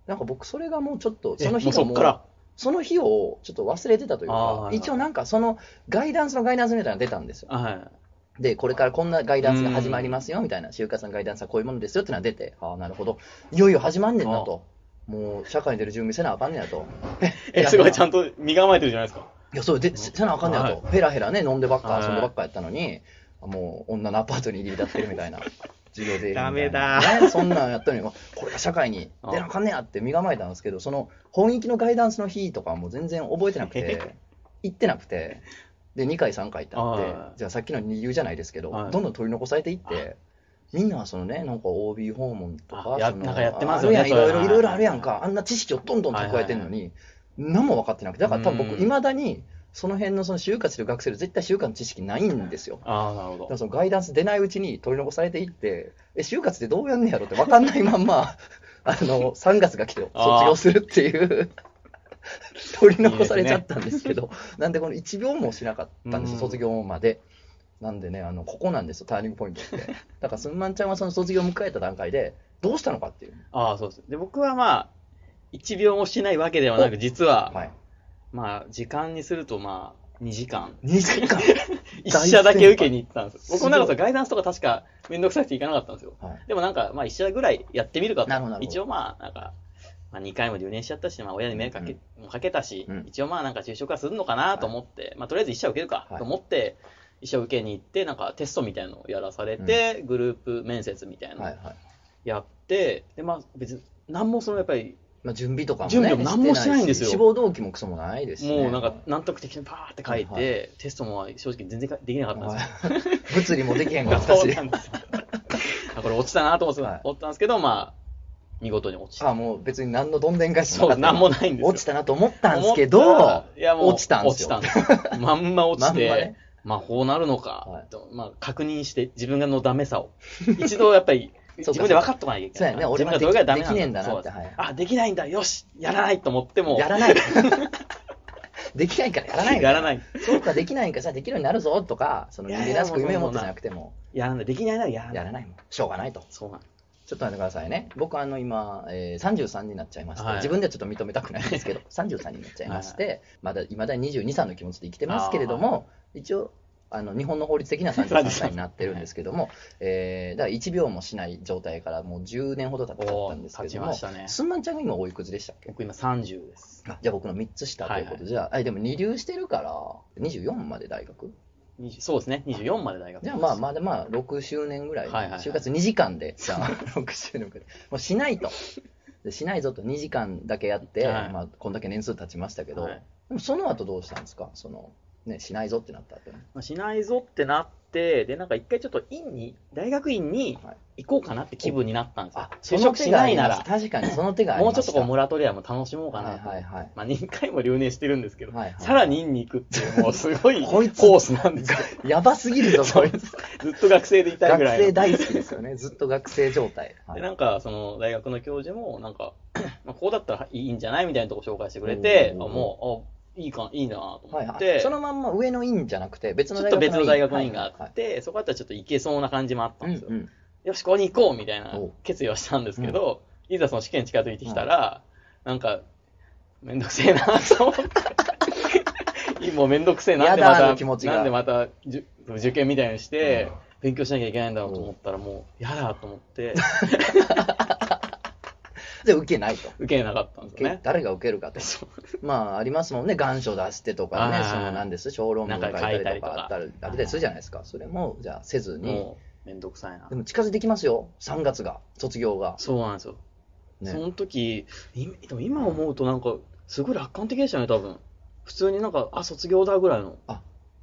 Speaker 1: なんか僕、それがもうちょっと、その日が
Speaker 2: えもうそ
Speaker 1: も
Speaker 2: っ
Speaker 1: う、
Speaker 2: から。
Speaker 1: その日をちょっと忘れてたという
Speaker 2: あー
Speaker 1: か
Speaker 2: は、い
Speaker 1: 一応なんかそのガイダンスのガイダンスみたいなのが出たんですよ。
Speaker 2: は
Speaker 1: で、これからこんなガイダンスが始まりますよみたいな、就活のガイダンスはこういうものですよってのは出て、ああ、なるほど、いよいよ始まんねんなと、もう社会に出る準備せなあかんねんやと、
Speaker 2: い。 え、すごい、ちゃんと身構えてるじゃないですか。
Speaker 1: いや、そうでせせなあかんねんやと、ヘラヘラね、飲んでばっか、
Speaker 2: はい
Speaker 1: 遊んでばっかやったのに、もう女のアパートに入り浸ってるみた いな、授業で、
Speaker 2: ダメだ
Speaker 1: ね、そんなんやったのに、あこれが社会に出なあかんねんやって身構えたんですけど、その本域のガイダンスの日とかはもう全然覚えてなくて、行ってなくて。で2回3回ってあって
Speaker 2: はい
Speaker 1: じゃあさっきの理由じゃないですけど、
Speaker 2: はい
Speaker 1: どんどん取り残されていってみんなはそのねなんか OB 訪問とか
Speaker 2: あや
Speaker 1: その
Speaker 2: なんかやってますよね
Speaker 1: あるやんいろいろ
Speaker 2: そういうの
Speaker 1: いろいろあるやんかあんな知識をどんどん蓄えてるのに、何も分かってなくてだから多分
Speaker 2: う
Speaker 1: 僕
Speaker 2: ん
Speaker 1: いまだにその辺のその就活と学生で絶対就活の知識ないんですよ
Speaker 2: ああ、なるほ
Speaker 1: だからそのガイダンス出ないうちに取り残されていってえ就活ってどうやんねやろって分かんないまんま あの3月が来て卒業するっていう。取り残されちゃったんですけど、なんでこの1秒もしなかったんですよ、
Speaker 2: うん
Speaker 1: 卒業まで。なんでね、あのここなんですよ、ターニングポイント って。だから、すんまんちゃんはその卒業を迎えた段階で、どうしたのかっていう。
Speaker 2: ど。ああ、そうです。で、僕はまあ、一秒もしないわけではなく、実は、
Speaker 1: はい、
Speaker 2: まあ、時間にするとまあ、2時間。
Speaker 1: 2時間、
Speaker 2: 一社だけ受けに行ったんです
Speaker 1: すごい
Speaker 2: よ。僕なんかさ、ガイダンスとか確かめんどくさくて行かなかったんですよ。
Speaker 1: はい、
Speaker 2: でもなんか、まあ一社ぐらいやってみるかと
Speaker 1: なるほどなるほど
Speaker 2: 一応まあ、なんか、まあ、2回も留年しちゃったし、まあ親に迷惑かけ,、かけたし、
Speaker 1: うん
Speaker 2: 一応まあなんか就職はするのかなと思って、まあとりあえず一社受けるかと思って、一社受けに行って、なんかテストみたいなのをやらされて、グループ面接みたいな
Speaker 1: はい
Speaker 2: の
Speaker 1: はい
Speaker 2: やって、でまあ別に、なんもそのやっぱり、
Speaker 1: まあ、準備とかも、ね、
Speaker 2: 準備も何もしてないんですよ
Speaker 1: 志望動機もクソもないですしね、
Speaker 2: もうなんか、なんとか適当にパーって書いて、
Speaker 1: はい
Speaker 2: テストも正直全然できなかったんですよ
Speaker 1: はい。物理もできへんかった
Speaker 2: そう
Speaker 1: し
Speaker 2: な、んですよ あこれ落ちたなと思って
Speaker 1: はい
Speaker 2: 思ったんですけど、まあ、見事に落ちた。
Speaker 1: あもう別に何のどんでん返し
Speaker 2: そう、
Speaker 1: な
Speaker 2: なんんもないんですよ。
Speaker 1: 落ちたなと思ったんで
Speaker 2: 思
Speaker 1: す
Speaker 2: っ
Speaker 1: け
Speaker 2: た
Speaker 1: ど
Speaker 2: ら、いやもう
Speaker 1: 落ちたんですよ
Speaker 2: 落ちたん ですよまんま落ちて、
Speaker 1: まんまね
Speaker 2: まあ、こうなるのか、
Speaker 1: はい
Speaker 2: とまあ、確認して、自分のダメさを。一度やっぱり、
Speaker 1: そうか
Speaker 2: 自分で分かっとかなきゃいけ
Speaker 1: そう
Speaker 2: ない。
Speaker 1: やね、
Speaker 2: 自
Speaker 1: 俺
Speaker 2: 分
Speaker 1: が
Speaker 2: が
Speaker 1: で
Speaker 2: どれぐらいダメ
Speaker 1: き
Speaker 2: な
Speaker 1: で
Speaker 2: ん
Speaker 1: きねえん
Speaker 2: だ
Speaker 1: だな
Speaker 2: そう
Speaker 1: って、はい。
Speaker 2: あ、できないんだ、よし、やらないと思っても、
Speaker 1: やらない。 できないからやらない。
Speaker 2: やらない。
Speaker 1: そうか、できないんか、じゃあできるようになるぞとか、その人間らしく夢を持ってじゃなくても、
Speaker 2: やらない。できないならやらな
Speaker 1: や
Speaker 2: い。
Speaker 1: らないもん。しょうがないと。
Speaker 2: そうなんです
Speaker 1: ちょっと待ってくださいね。僕、あの、今、えー、33になっちゃいまして、
Speaker 2: はい
Speaker 1: 自分ではちょっと認めたくないん ですけど、33になっちゃいまして、まだ、いまだに22、3の気持ちで生きてますけれども、一応、あの日本の法律的に は33歳になってるんですけども、えー、だから1秒もしない状態からもう10年ほど経っちゃっ
Speaker 2: お
Speaker 1: たん
Speaker 2: ー
Speaker 1: ですけ
Speaker 2: 立
Speaker 1: れ
Speaker 2: ち
Speaker 1: ど
Speaker 2: ま
Speaker 1: も
Speaker 2: し、たね。
Speaker 1: すんまんちゃんが今おいくつでしたっけ
Speaker 2: 僕今30です。
Speaker 1: あじゃあ僕の3つ下ということで、じゃあ、あでも二流してるから、24まで大学
Speaker 2: 20そうですね、24まで大学
Speaker 1: じゃあまあまだまあ6周年ぐらい、
Speaker 2: はいはいはい
Speaker 1: 就活2時間 で、じゃあ6周年ぐらい、もうしないと、でしないぞと2時間だけやって、
Speaker 2: はい
Speaker 1: まあ、こんだけ年数経ちましたけど、
Speaker 2: はい
Speaker 1: でもその後どうしたんですか、そのね、しないぞってなった後に。
Speaker 2: まあ、しないぞってなって、で、なんか一回ちょっと院に、大学院に
Speaker 1: はい
Speaker 2: 行こうかなって気分になったんですよ。
Speaker 1: そ
Speaker 2: 就
Speaker 1: の
Speaker 2: 職
Speaker 1: 手
Speaker 2: し
Speaker 1: があ
Speaker 2: な
Speaker 1: り
Speaker 2: いな
Speaker 1: まし
Speaker 2: ら
Speaker 1: た、確かにその手があり
Speaker 2: も
Speaker 1: ま
Speaker 2: う
Speaker 1: し
Speaker 2: ち
Speaker 1: た
Speaker 2: ょっとこうモラトリアム楽しもうかなと。
Speaker 1: はいはいはい
Speaker 2: まあ、2回も留年してるんですけど、
Speaker 1: はいはい
Speaker 2: さらに院に行くっていう、もうすご い
Speaker 1: こいつ
Speaker 2: コースなんですよ。
Speaker 1: やばすぎるぞ、そ いつ。
Speaker 2: ずっと学生でいたい
Speaker 1: 学
Speaker 2: ぐらいの。
Speaker 1: 生大好きですよね、ずっと学生状態。は
Speaker 2: で
Speaker 1: い
Speaker 2: なんかその大学の教授もなんか まあこうだったらいいんじゃないみたいなとこ紹介してくれてあ
Speaker 1: おー
Speaker 2: もうあいいかいいなと
Speaker 1: はい
Speaker 2: 思
Speaker 1: は
Speaker 2: って、
Speaker 1: い、そのまんま上の院じゃなくて、別
Speaker 2: ち
Speaker 1: の
Speaker 2: ょっ
Speaker 1: 大
Speaker 2: と
Speaker 1: 学の
Speaker 2: 別の大学院があって、
Speaker 1: はい
Speaker 2: そこだったらちょっと行けそうな感じもあったんですよ。
Speaker 1: うんうん
Speaker 2: よし、ここに行こうみたいな
Speaker 1: お
Speaker 2: 決意をしたんですけど、いざその試験近づいてきたら、なんか、めんどくせえなと思 って。もうめんどくせえなんで
Speaker 1: や
Speaker 2: ま
Speaker 1: だ
Speaker 2: た、
Speaker 1: の気持ちが
Speaker 2: なんでまたじゅ受験みたいにして、
Speaker 1: うん
Speaker 2: 勉強しなきゃいけないんだろうと思ったら、もう、やだと思って、
Speaker 1: で、受けないと。
Speaker 2: 受けなかったんですよ ね。
Speaker 1: 誰が受けるかと。まあ、ありますもんね。願書出してとか
Speaker 2: あ
Speaker 1: ね、
Speaker 2: ー
Speaker 1: そのなんです、小論文書いたりとか
Speaker 2: な
Speaker 1: あった
Speaker 2: んか
Speaker 1: り、あったりするじゃないですか。それも、じゃあ、せずに。
Speaker 2: もう、めんどくさいな
Speaker 1: で。も、近づいてきますよ。3月が、卒業が。
Speaker 2: そうなんですよ。そ
Speaker 1: ね。
Speaker 2: の時、今でも今思うとなんか、すごい楽観的でしたね、多分。普通になんか、あ、卒業だぐらいの。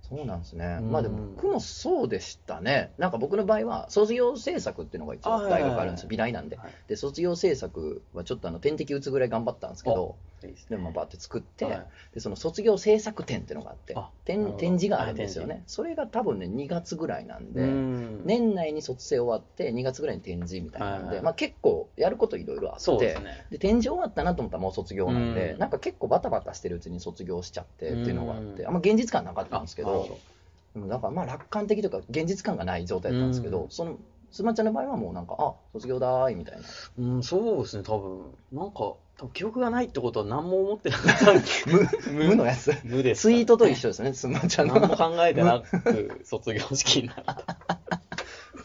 Speaker 1: そうなんですね。
Speaker 2: うん
Speaker 1: まあ、でも、僕もそうでしたね。なんか僕の場合は、卒業制作っていうのが一
Speaker 2: あ
Speaker 1: 応
Speaker 2: はい
Speaker 1: 大学あるんですよ。美大なんで
Speaker 2: はい。
Speaker 1: で、卒業制作はちょっとあの、点滴打つぐらい頑張ったんですけど、
Speaker 2: いいです
Speaker 1: で
Speaker 2: ね
Speaker 1: も、バーって作って、
Speaker 2: はい
Speaker 1: でその卒業制作展っていうのがあって
Speaker 2: あ
Speaker 1: 展
Speaker 2: なるほど
Speaker 1: 展示があるんですよねそれが多分ね2月ぐらいなんで、
Speaker 2: うん
Speaker 1: 年内に卒生終わって2月ぐらいに展示みたいなんで、
Speaker 2: はいはい
Speaker 1: まあ、結構やることいろいろあって
Speaker 2: そうですね。
Speaker 1: で展示終わったなと思ったらもう卒業なんで、
Speaker 2: うん
Speaker 1: なんか結構バタバタしてるうちに卒業しちゃってっていうのがあって、
Speaker 2: うん
Speaker 1: あんま現実感なかったんですけ
Speaker 2: なる
Speaker 1: ど
Speaker 2: ほ、
Speaker 1: うんなんかまあ楽観的とか現実感がない状態だったんですけど、
Speaker 2: うん
Speaker 1: そのすまちゃんの場合はもうなんかあ卒業だーいみたいな
Speaker 2: うん、そうですね、多分なんか、多分記憶がないってことは何も思ってなかったんで
Speaker 1: 無のやつ
Speaker 2: 無です
Speaker 1: ツ
Speaker 2: か
Speaker 1: イ
Speaker 2: ね、
Speaker 1: ートと一緒ですねすまちゃん
Speaker 2: 何も
Speaker 1: の
Speaker 2: 考えてなく、卒業式 になった。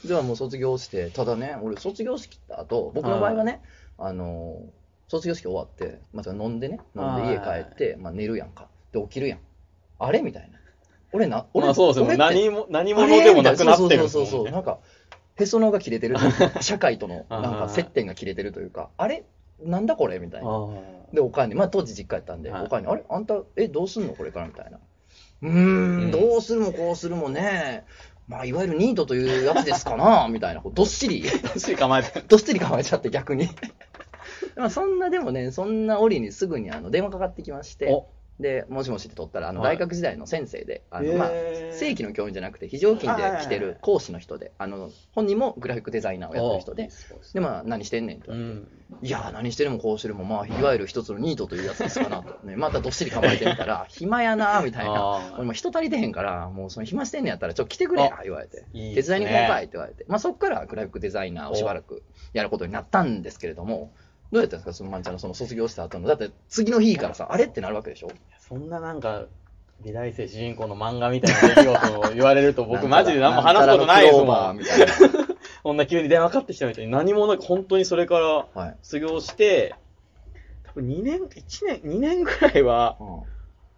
Speaker 1: じゃあもう卒業してただね俺卒業式った後僕の場合はねあのー卒業式終わってまた飲んでね飲んで家帰って、まあ、寝るやんかで起きるやんあれみたいな俺な俺
Speaker 2: まあそうですよ
Speaker 1: 俺
Speaker 2: ね、
Speaker 1: って
Speaker 2: 何も、何者でもなくなってるんです
Speaker 1: そうそうそうそう
Speaker 2: もんね
Speaker 1: なんかへその緒が切れてるというか社会とのなん
Speaker 2: あ
Speaker 1: か
Speaker 2: ー
Speaker 1: 接点が切れてるというかあれなんだこれみたいな
Speaker 2: あ
Speaker 1: でおかんにまあ当時実家やったんで、
Speaker 2: はい
Speaker 1: おかんにあれあんたえどうすんのこれからみたいなうー
Speaker 2: うんん
Speaker 1: どうするもこうするもねまあいわゆるニートというやつですか なみたいなこうどっしり
Speaker 2: あ。確かに 構えて。
Speaker 1: どっしり構えちゃって逆に まあそんなでもねそんな折にすぐにあの電話かかってきまして
Speaker 2: お
Speaker 1: でもしもしって取ったらあの
Speaker 2: はい
Speaker 1: 大学時代の先生で、あ
Speaker 2: へ
Speaker 1: の
Speaker 2: ー
Speaker 1: まあ正規の教員じゃなくて非常勤で来てる講師の人であの本人もグラフィックデザイナーをやってる人ででまあ何してんねんと、
Speaker 2: うん。
Speaker 1: いやー何してるもこうしてるもまあいわゆる一つのニートというやつですかなと、ね、またどっしり構えてみた ら暇やなーみたいな
Speaker 2: あ
Speaker 1: 俺
Speaker 2: ー
Speaker 1: もう人足りてへんからもうその暇してんねやったらちょっと来てくれや言われて
Speaker 2: いい
Speaker 1: 手伝
Speaker 2: です
Speaker 1: いに
Speaker 2: ね
Speaker 1: 行こうかいって言われて、まあ、そこからグラフィックデザイナーをしばらくやることになったんですけれども、どうやったんですか、そのまんちゃんのその卒業した後の、だって次の日からさ、あれってなるわけでしょ、
Speaker 2: そんななんか、美大生主人公の漫画みたいな出来事を言われると、僕マジで何も話すことないですも
Speaker 1: んたらの
Speaker 2: ん。
Speaker 1: クローバーみたい
Speaker 2: こんな急に電話かかってきたみたいに、何もなく、本当にそれから
Speaker 1: な、はい
Speaker 2: 卒業して、多分2年、1年、2年ぐらいは、
Speaker 1: うん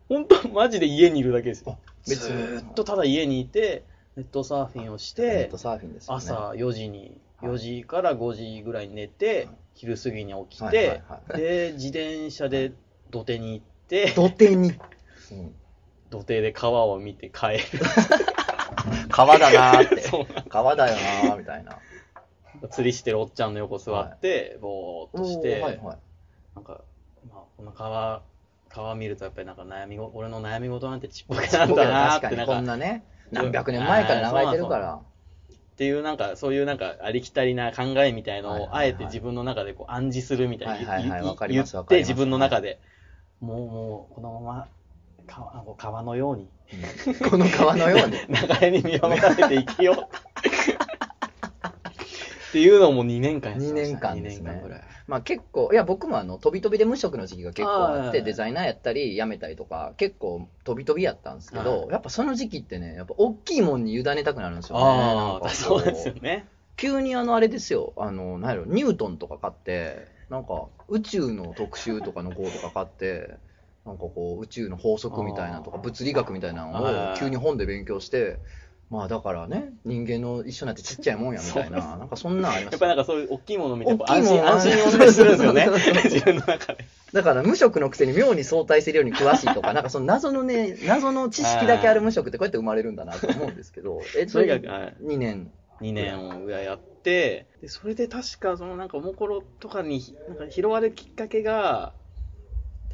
Speaker 2: 本当マジで家にいるだけですよ。ず
Speaker 1: 別に
Speaker 2: ーっとただ家にいて、ネットサーフィンをし
Speaker 1: ネッ
Speaker 2: て
Speaker 1: ト、サーフィンですよね、
Speaker 2: 朝4時に、
Speaker 1: はい
Speaker 2: 4時から5時ぐらいに寝て
Speaker 1: はい、
Speaker 2: 昼過ぎに起き
Speaker 1: はいはい
Speaker 2: て、
Speaker 1: はい
Speaker 2: で、自転車で土手に行って、
Speaker 1: 土手に、うん
Speaker 2: 土手で川を見て帰る。
Speaker 1: 川だなーって、
Speaker 2: そう
Speaker 1: 川だよなーみたいな、
Speaker 2: 釣りしてるおっちゃんの横座って、ぼーっとし
Speaker 1: おーはい
Speaker 2: て、
Speaker 1: はい
Speaker 2: なんか、まあ、この川、川見るとやっぱりなんか悩みご、俺の悩み事なんてちっぽけなんだなーって、
Speaker 1: 確かに
Speaker 2: なん
Speaker 1: こ
Speaker 2: か
Speaker 1: ん、なね、何百年前から流れてるから。
Speaker 2: っていうなんかそういうなんかありきたりな考えみたいのを
Speaker 1: は
Speaker 2: あ
Speaker 1: いはいはい
Speaker 2: えて自分の中でこう暗示するみたいな
Speaker 1: はいはいはい
Speaker 2: 言
Speaker 1: わか
Speaker 2: い
Speaker 1: り
Speaker 2: 言
Speaker 1: ま
Speaker 2: っ
Speaker 1: すわか
Speaker 2: て
Speaker 1: ります
Speaker 2: 自分の中でもうもうこのまま川あ川のように
Speaker 1: うんこの川のように。
Speaker 2: 流れに身を任せて生きようっていうのも2年間やってました
Speaker 1: 二年間ですね
Speaker 2: 二年間ぐらい
Speaker 1: まあ結構、いや、僕もあの、飛び飛びで無職の時期が結構あっ
Speaker 2: はい
Speaker 1: て、デザイナーやったり、辞めたりとか、結構飛び飛びやったんですけど
Speaker 2: は、
Speaker 1: やっぱその時期ってね、やっぱ大きいもんに委ねたくなるんですよね。
Speaker 2: あ
Speaker 1: なんかこ
Speaker 2: あそうですよね
Speaker 1: 急にあの、あれですよ、あの、なんやろ、ニュートンとか買って、なんか、宇宙の特集とかの号とか買って、なんかこう、宇宙の法則みたいなとか、
Speaker 2: あー
Speaker 1: 物理学みたいなのを
Speaker 2: はい
Speaker 1: 急に本で勉強して、まあだからね、人間の一緒なんてちっちゃいもんやみたいな、なんかそんなんありま
Speaker 2: や
Speaker 1: し
Speaker 2: っぱ
Speaker 1: たね
Speaker 2: りなんかそういう大きいものを見て
Speaker 1: 大
Speaker 2: こう
Speaker 1: きいも
Speaker 2: 安
Speaker 1: ん
Speaker 2: 心安心を
Speaker 1: そうそうそう
Speaker 2: するんですよね
Speaker 1: そうそうそう
Speaker 2: 自分の中で
Speaker 1: だから無職のくせに妙に相対性理論に詳しいとか、なんかその謎のね、謎の知識だけある無職ってこうやって生まれるんだなと思うんですけど、え、そ
Speaker 2: それ
Speaker 1: れ
Speaker 2: が
Speaker 1: が
Speaker 2: はい
Speaker 1: 2年。
Speaker 2: 2年をやってでそれで確かそのなんかおもころとかになんか拾われるきっかけが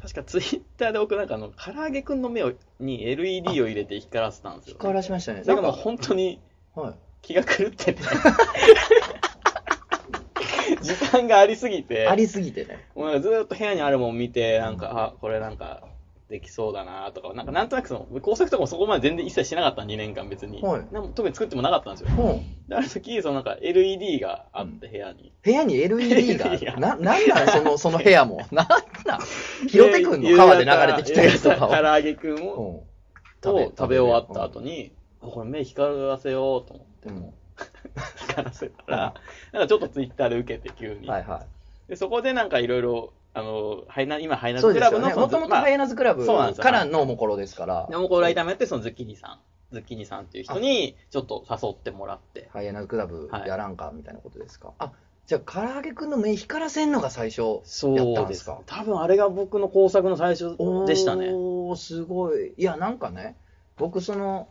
Speaker 2: 確かツイッターで僕なんかあの唐揚げくんの目をに LED を入れて光らせたんですよ、
Speaker 1: 光らしましたね。
Speaker 2: それがもう
Speaker 1: なんか
Speaker 2: 本当に
Speaker 1: はい。
Speaker 2: 気が 狂ってて時間がありすぎて
Speaker 1: ありすぎてね。
Speaker 2: もうなんかずーっと部屋にあるもん見てなんかあこれなんかできそうだなとかなんかなんとなくその工作とかもそこまで全然一切しなかった2年間別に、
Speaker 1: はい
Speaker 2: なんも特に作ってもなかったんですよ
Speaker 1: うん
Speaker 2: で、ある時、そのなんか LED があって、部屋に。
Speaker 1: 部屋に LED が
Speaker 2: LED が、
Speaker 1: な、なんなんその、その部屋も。なんなん拾ってくんの川で流れてきたやつとか
Speaker 2: 唐
Speaker 1: を。
Speaker 2: 揚げくんを、
Speaker 1: うん
Speaker 2: を食べ終わった後。に、あこれ目光らせようと思 って、
Speaker 1: うん
Speaker 2: もう光らせたら、なんかちょっとツイッターで受けて、急に。
Speaker 1: はいは
Speaker 2: でそこでなんかいろいろ、あの、ハイナ、今、ハイ
Speaker 1: い。
Speaker 2: ナ
Speaker 1: そうで
Speaker 2: ズクラ
Speaker 1: す
Speaker 2: ブ
Speaker 1: よ
Speaker 2: の、
Speaker 1: ね。
Speaker 2: その
Speaker 1: もともとハイエナズクラブ
Speaker 2: そうなんですよ
Speaker 1: からのもころですから。
Speaker 2: でもこうライターもやって、そのズッキーニさん、ズッキーニさんっていう人に、ちょっと誘ってもらって、
Speaker 1: ハイエナクラブやらんかみたいなことですか。あじゃあ、唐揚げくんの目光らせんのが最初やったんですか。
Speaker 2: 多分あれが僕の工作の最初でしたね。
Speaker 1: おーすごい。いや、なんかね、僕、その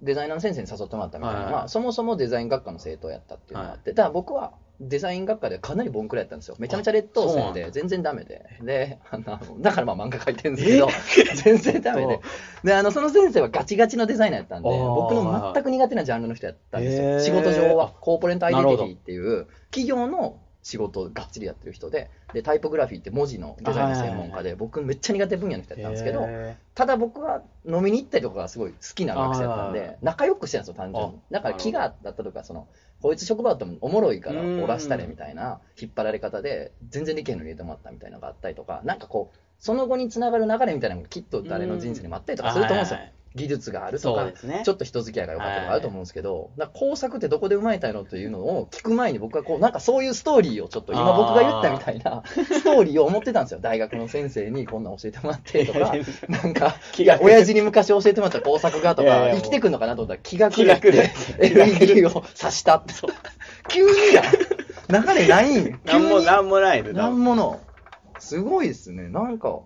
Speaker 1: デザイナーの先生に誘ってもらったみたいな、
Speaker 2: はいはい
Speaker 1: まあ、そもそもデザイン学科の生徒やったっていうのがあって、ただ僕はデザイン学科でかなりボンクラやったんですよ。めちゃめちゃ劣等
Speaker 2: あそうな
Speaker 1: 生
Speaker 2: んだ
Speaker 1: で、全然ダメで。で、あのだからまあ漫画描いてるんですけど、全然ダメで。であのその先生はガチガチのデザイナーやったんで
Speaker 2: あー
Speaker 1: 僕の全く苦手なジャンルの人やったんですよ、
Speaker 2: へー
Speaker 1: 仕事上はコーポレートアイデンティティっていう企業の仕事をがっちりやってる人で、で、タイポグラフィーって文字のデザインの専門家で、僕めっちゃ苦手分野の人やったんですけど、
Speaker 2: へ
Speaker 1: ただ僕は飲みに行ったりとかがすごい好きな学生だったん
Speaker 2: あー
Speaker 1: で、仲良くしてたんですよ、単純に
Speaker 2: あ。
Speaker 1: だから、気がだったとか、その、こいつ職場だったらおもろいから、
Speaker 2: うん
Speaker 1: おらしたれみたいな、引っ張られ方で、全然理系のに入れてもらったみたいなのがあったりとか、なんかこう、その後につながる流れみたいなのがきっと誰の人生にもあったり
Speaker 2: ー
Speaker 1: とかすると思うんですよ
Speaker 2: はい。
Speaker 1: 技術があると
Speaker 2: そう
Speaker 1: か
Speaker 2: で、すね。
Speaker 1: ちょっと人付き合いが良かったとかあると思うんですけど、なんか工作ってどこで生まれたのというのを聞く前に僕はこう、なんかそういうストーリーをちょっと今僕が言ったみたい なストーリーを思ってたんですよ。大学の先生にこんなん教えてもらってと か、なんか、い
Speaker 2: 気が
Speaker 1: や、親父に昔教えてもらった工作がと
Speaker 2: いやい
Speaker 1: か、
Speaker 2: やもう
Speaker 1: 生きてくんのかなと思ったら気が狂
Speaker 2: 気が
Speaker 1: っ
Speaker 2: 狂って
Speaker 1: て LED を刺したって。急にやん流れ ないん
Speaker 2: な
Speaker 1: 急
Speaker 2: んも、
Speaker 1: に
Speaker 2: なんもないで、
Speaker 1: なんもの。すごいですね。なんか、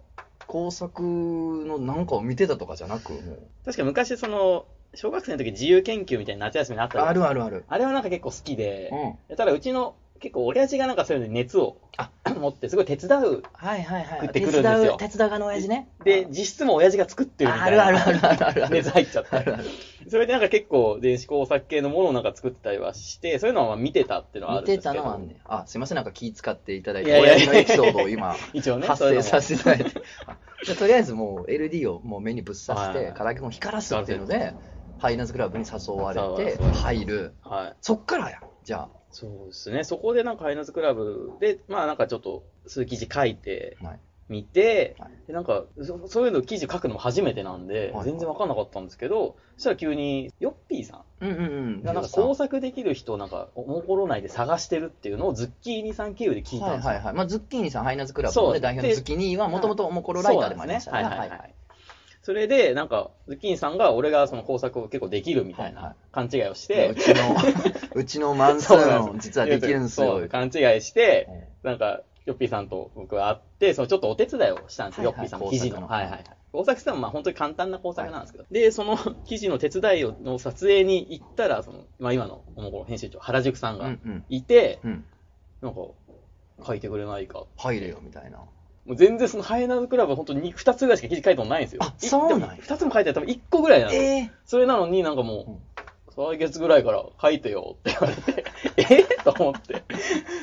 Speaker 1: 工作のなんかを見てたとかじゃなく、もう。
Speaker 2: 確か昔、その、小学生の時自由研究みたいな夏休みにあったじゃな
Speaker 1: あ
Speaker 2: いです
Speaker 1: る
Speaker 2: か
Speaker 1: あるある。
Speaker 2: あれはなんか結構好きで
Speaker 1: う、ん。
Speaker 2: ただうちの結構親父がなんかそういうのに熱を
Speaker 1: あ
Speaker 2: 持ってすごい手伝う。
Speaker 1: はいはいはい。
Speaker 2: 食ってくる
Speaker 1: 手
Speaker 2: んですよ
Speaker 1: 伝う手伝う側の親父ね。
Speaker 2: で、実質も親父が作ってるみ
Speaker 1: あ
Speaker 2: たい
Speaker 1: る
Speaker 2: な。
Speaker 1: あるあるあるあるある
Speaker 2: 熱入っちゃっ
Speaker 1: あ
Speaker 2: て。
Speaker 1: るある。
Speaker 2: それでなんか結構電子工作系のものをなんか作ったりはして、そういうのはまあ見てたっていうのはある
Speaker 1: 見
Speaker 2: んで
Speaker 1: て
Speaker 2: す
Speaker 1: た
Speaker 2: けど。
Speaker 1: のはあんね。あ、すいません、なんか気使っていただい
Speaker 2: い
Speaker 1: て、
Speaker 2: やいや
Speaker 1: 親父のエピソードを今、
Speaker 2: 一応ね。
Speaker 1: 発
Speaker 2: そういう
Speaker 1: 生
Speaker 2: のも
Speaker 1: させていただい て。あじゃあとりあえずもう LD をもう目にぶっ刺し
Speaker 2: はい
Speaker 1: て
Speaker 2: は、い
Speaker 1: 唐揚げも光らすっていうので、ハイナーズクラブに誘われて
Speaker 2: そうそう
Speaker 1: 入る。
Speaker 2: はい。
Speaker 1: そっからやん。じゃ
Speaker 2: そうですね。そこでなんかハイナーズクラブで、まあなんかちょっと数記事書いて
Speaker 1: はい
Speaker 2: みて、
Speaker 1: はい
Speaker 2: でなんかそそういうの記事書くのも初めてなんで、
Speaker 1: はい
Speaker 2: 全然わかんなかったんですけど、そしたら急にヨッピーさん
Speaker 1: あ。うんうんうん。
Speaker 2: がなんか工作できる人をなんかおもころ内で探してるっていうのをズッキーニさん経由で聞いた
Speaker 1: は
Speaker 2: ん
Speaker 1: い
Speaker 2: ですよ。
Speaker 1: はいはい。まあ、ズッキーニさん、ハイナーズクラブの
Speaker 2: そ
Speaker 1: ね
Speaker 2: う
Speaker 1: 代表の
Speaker 2: で
Speaker 1: ズッキーニはもともともコロライターでもありました
Speaker 2: そうなんですね。はいはいはい。それで、なんか、ズッキーニさんが俺がその工作を結構できるみたい
Speaker 1: はいは
Speaker 2: ない勘違いをし
Speaker 1: で、う
Speaker 2: て、
Speaker 1: ちの、 うちのマンス
Speaker 2: そうなん
Speaker 1: ー
Speaker 2: で
Speaker 1: ン、実はできるんです
Speaker 2: そ
Speaker 1: よ
Speaker 2: う。勘違いして、
Speaker 1: うん
Speaker 2: なんか、ヨッピーさんと僕は会って、そのちょっとお手伝いをしたんですよ、
Speaker 1: はいはい
Speaker 2: ヨッピーさんの記事の。
Speaker 1: 工作の
Speaker 2: はいはい。工作したのはまあ本当に簡単な工作なんですけど。で、その 記事の手伝いをの撮影に行ったら、その、まあ今の、もうこの編集長、原宿さん
Speaker 1: う
Speaker 2: が
Speaker 1: んうん。
Speaker 2: いて、
Speaker 1: うん。
Speaker 2: なんか、書いてくれないか。
Speaker 1: 入れよ、みたいな。
Speaker 2: もう全然そのハイナーズクラブは本当に2つぐらいしか記事書いたことないんですよ。
Speaker 1: あそうなんや
Speaker 2: 2つも書いてあったら多分1個ぐらいなんですよ
Speaker 1: ええ
Speaker 2: それなのになんかもう、来月ぐらいから書いてよって言われて、 え と思って。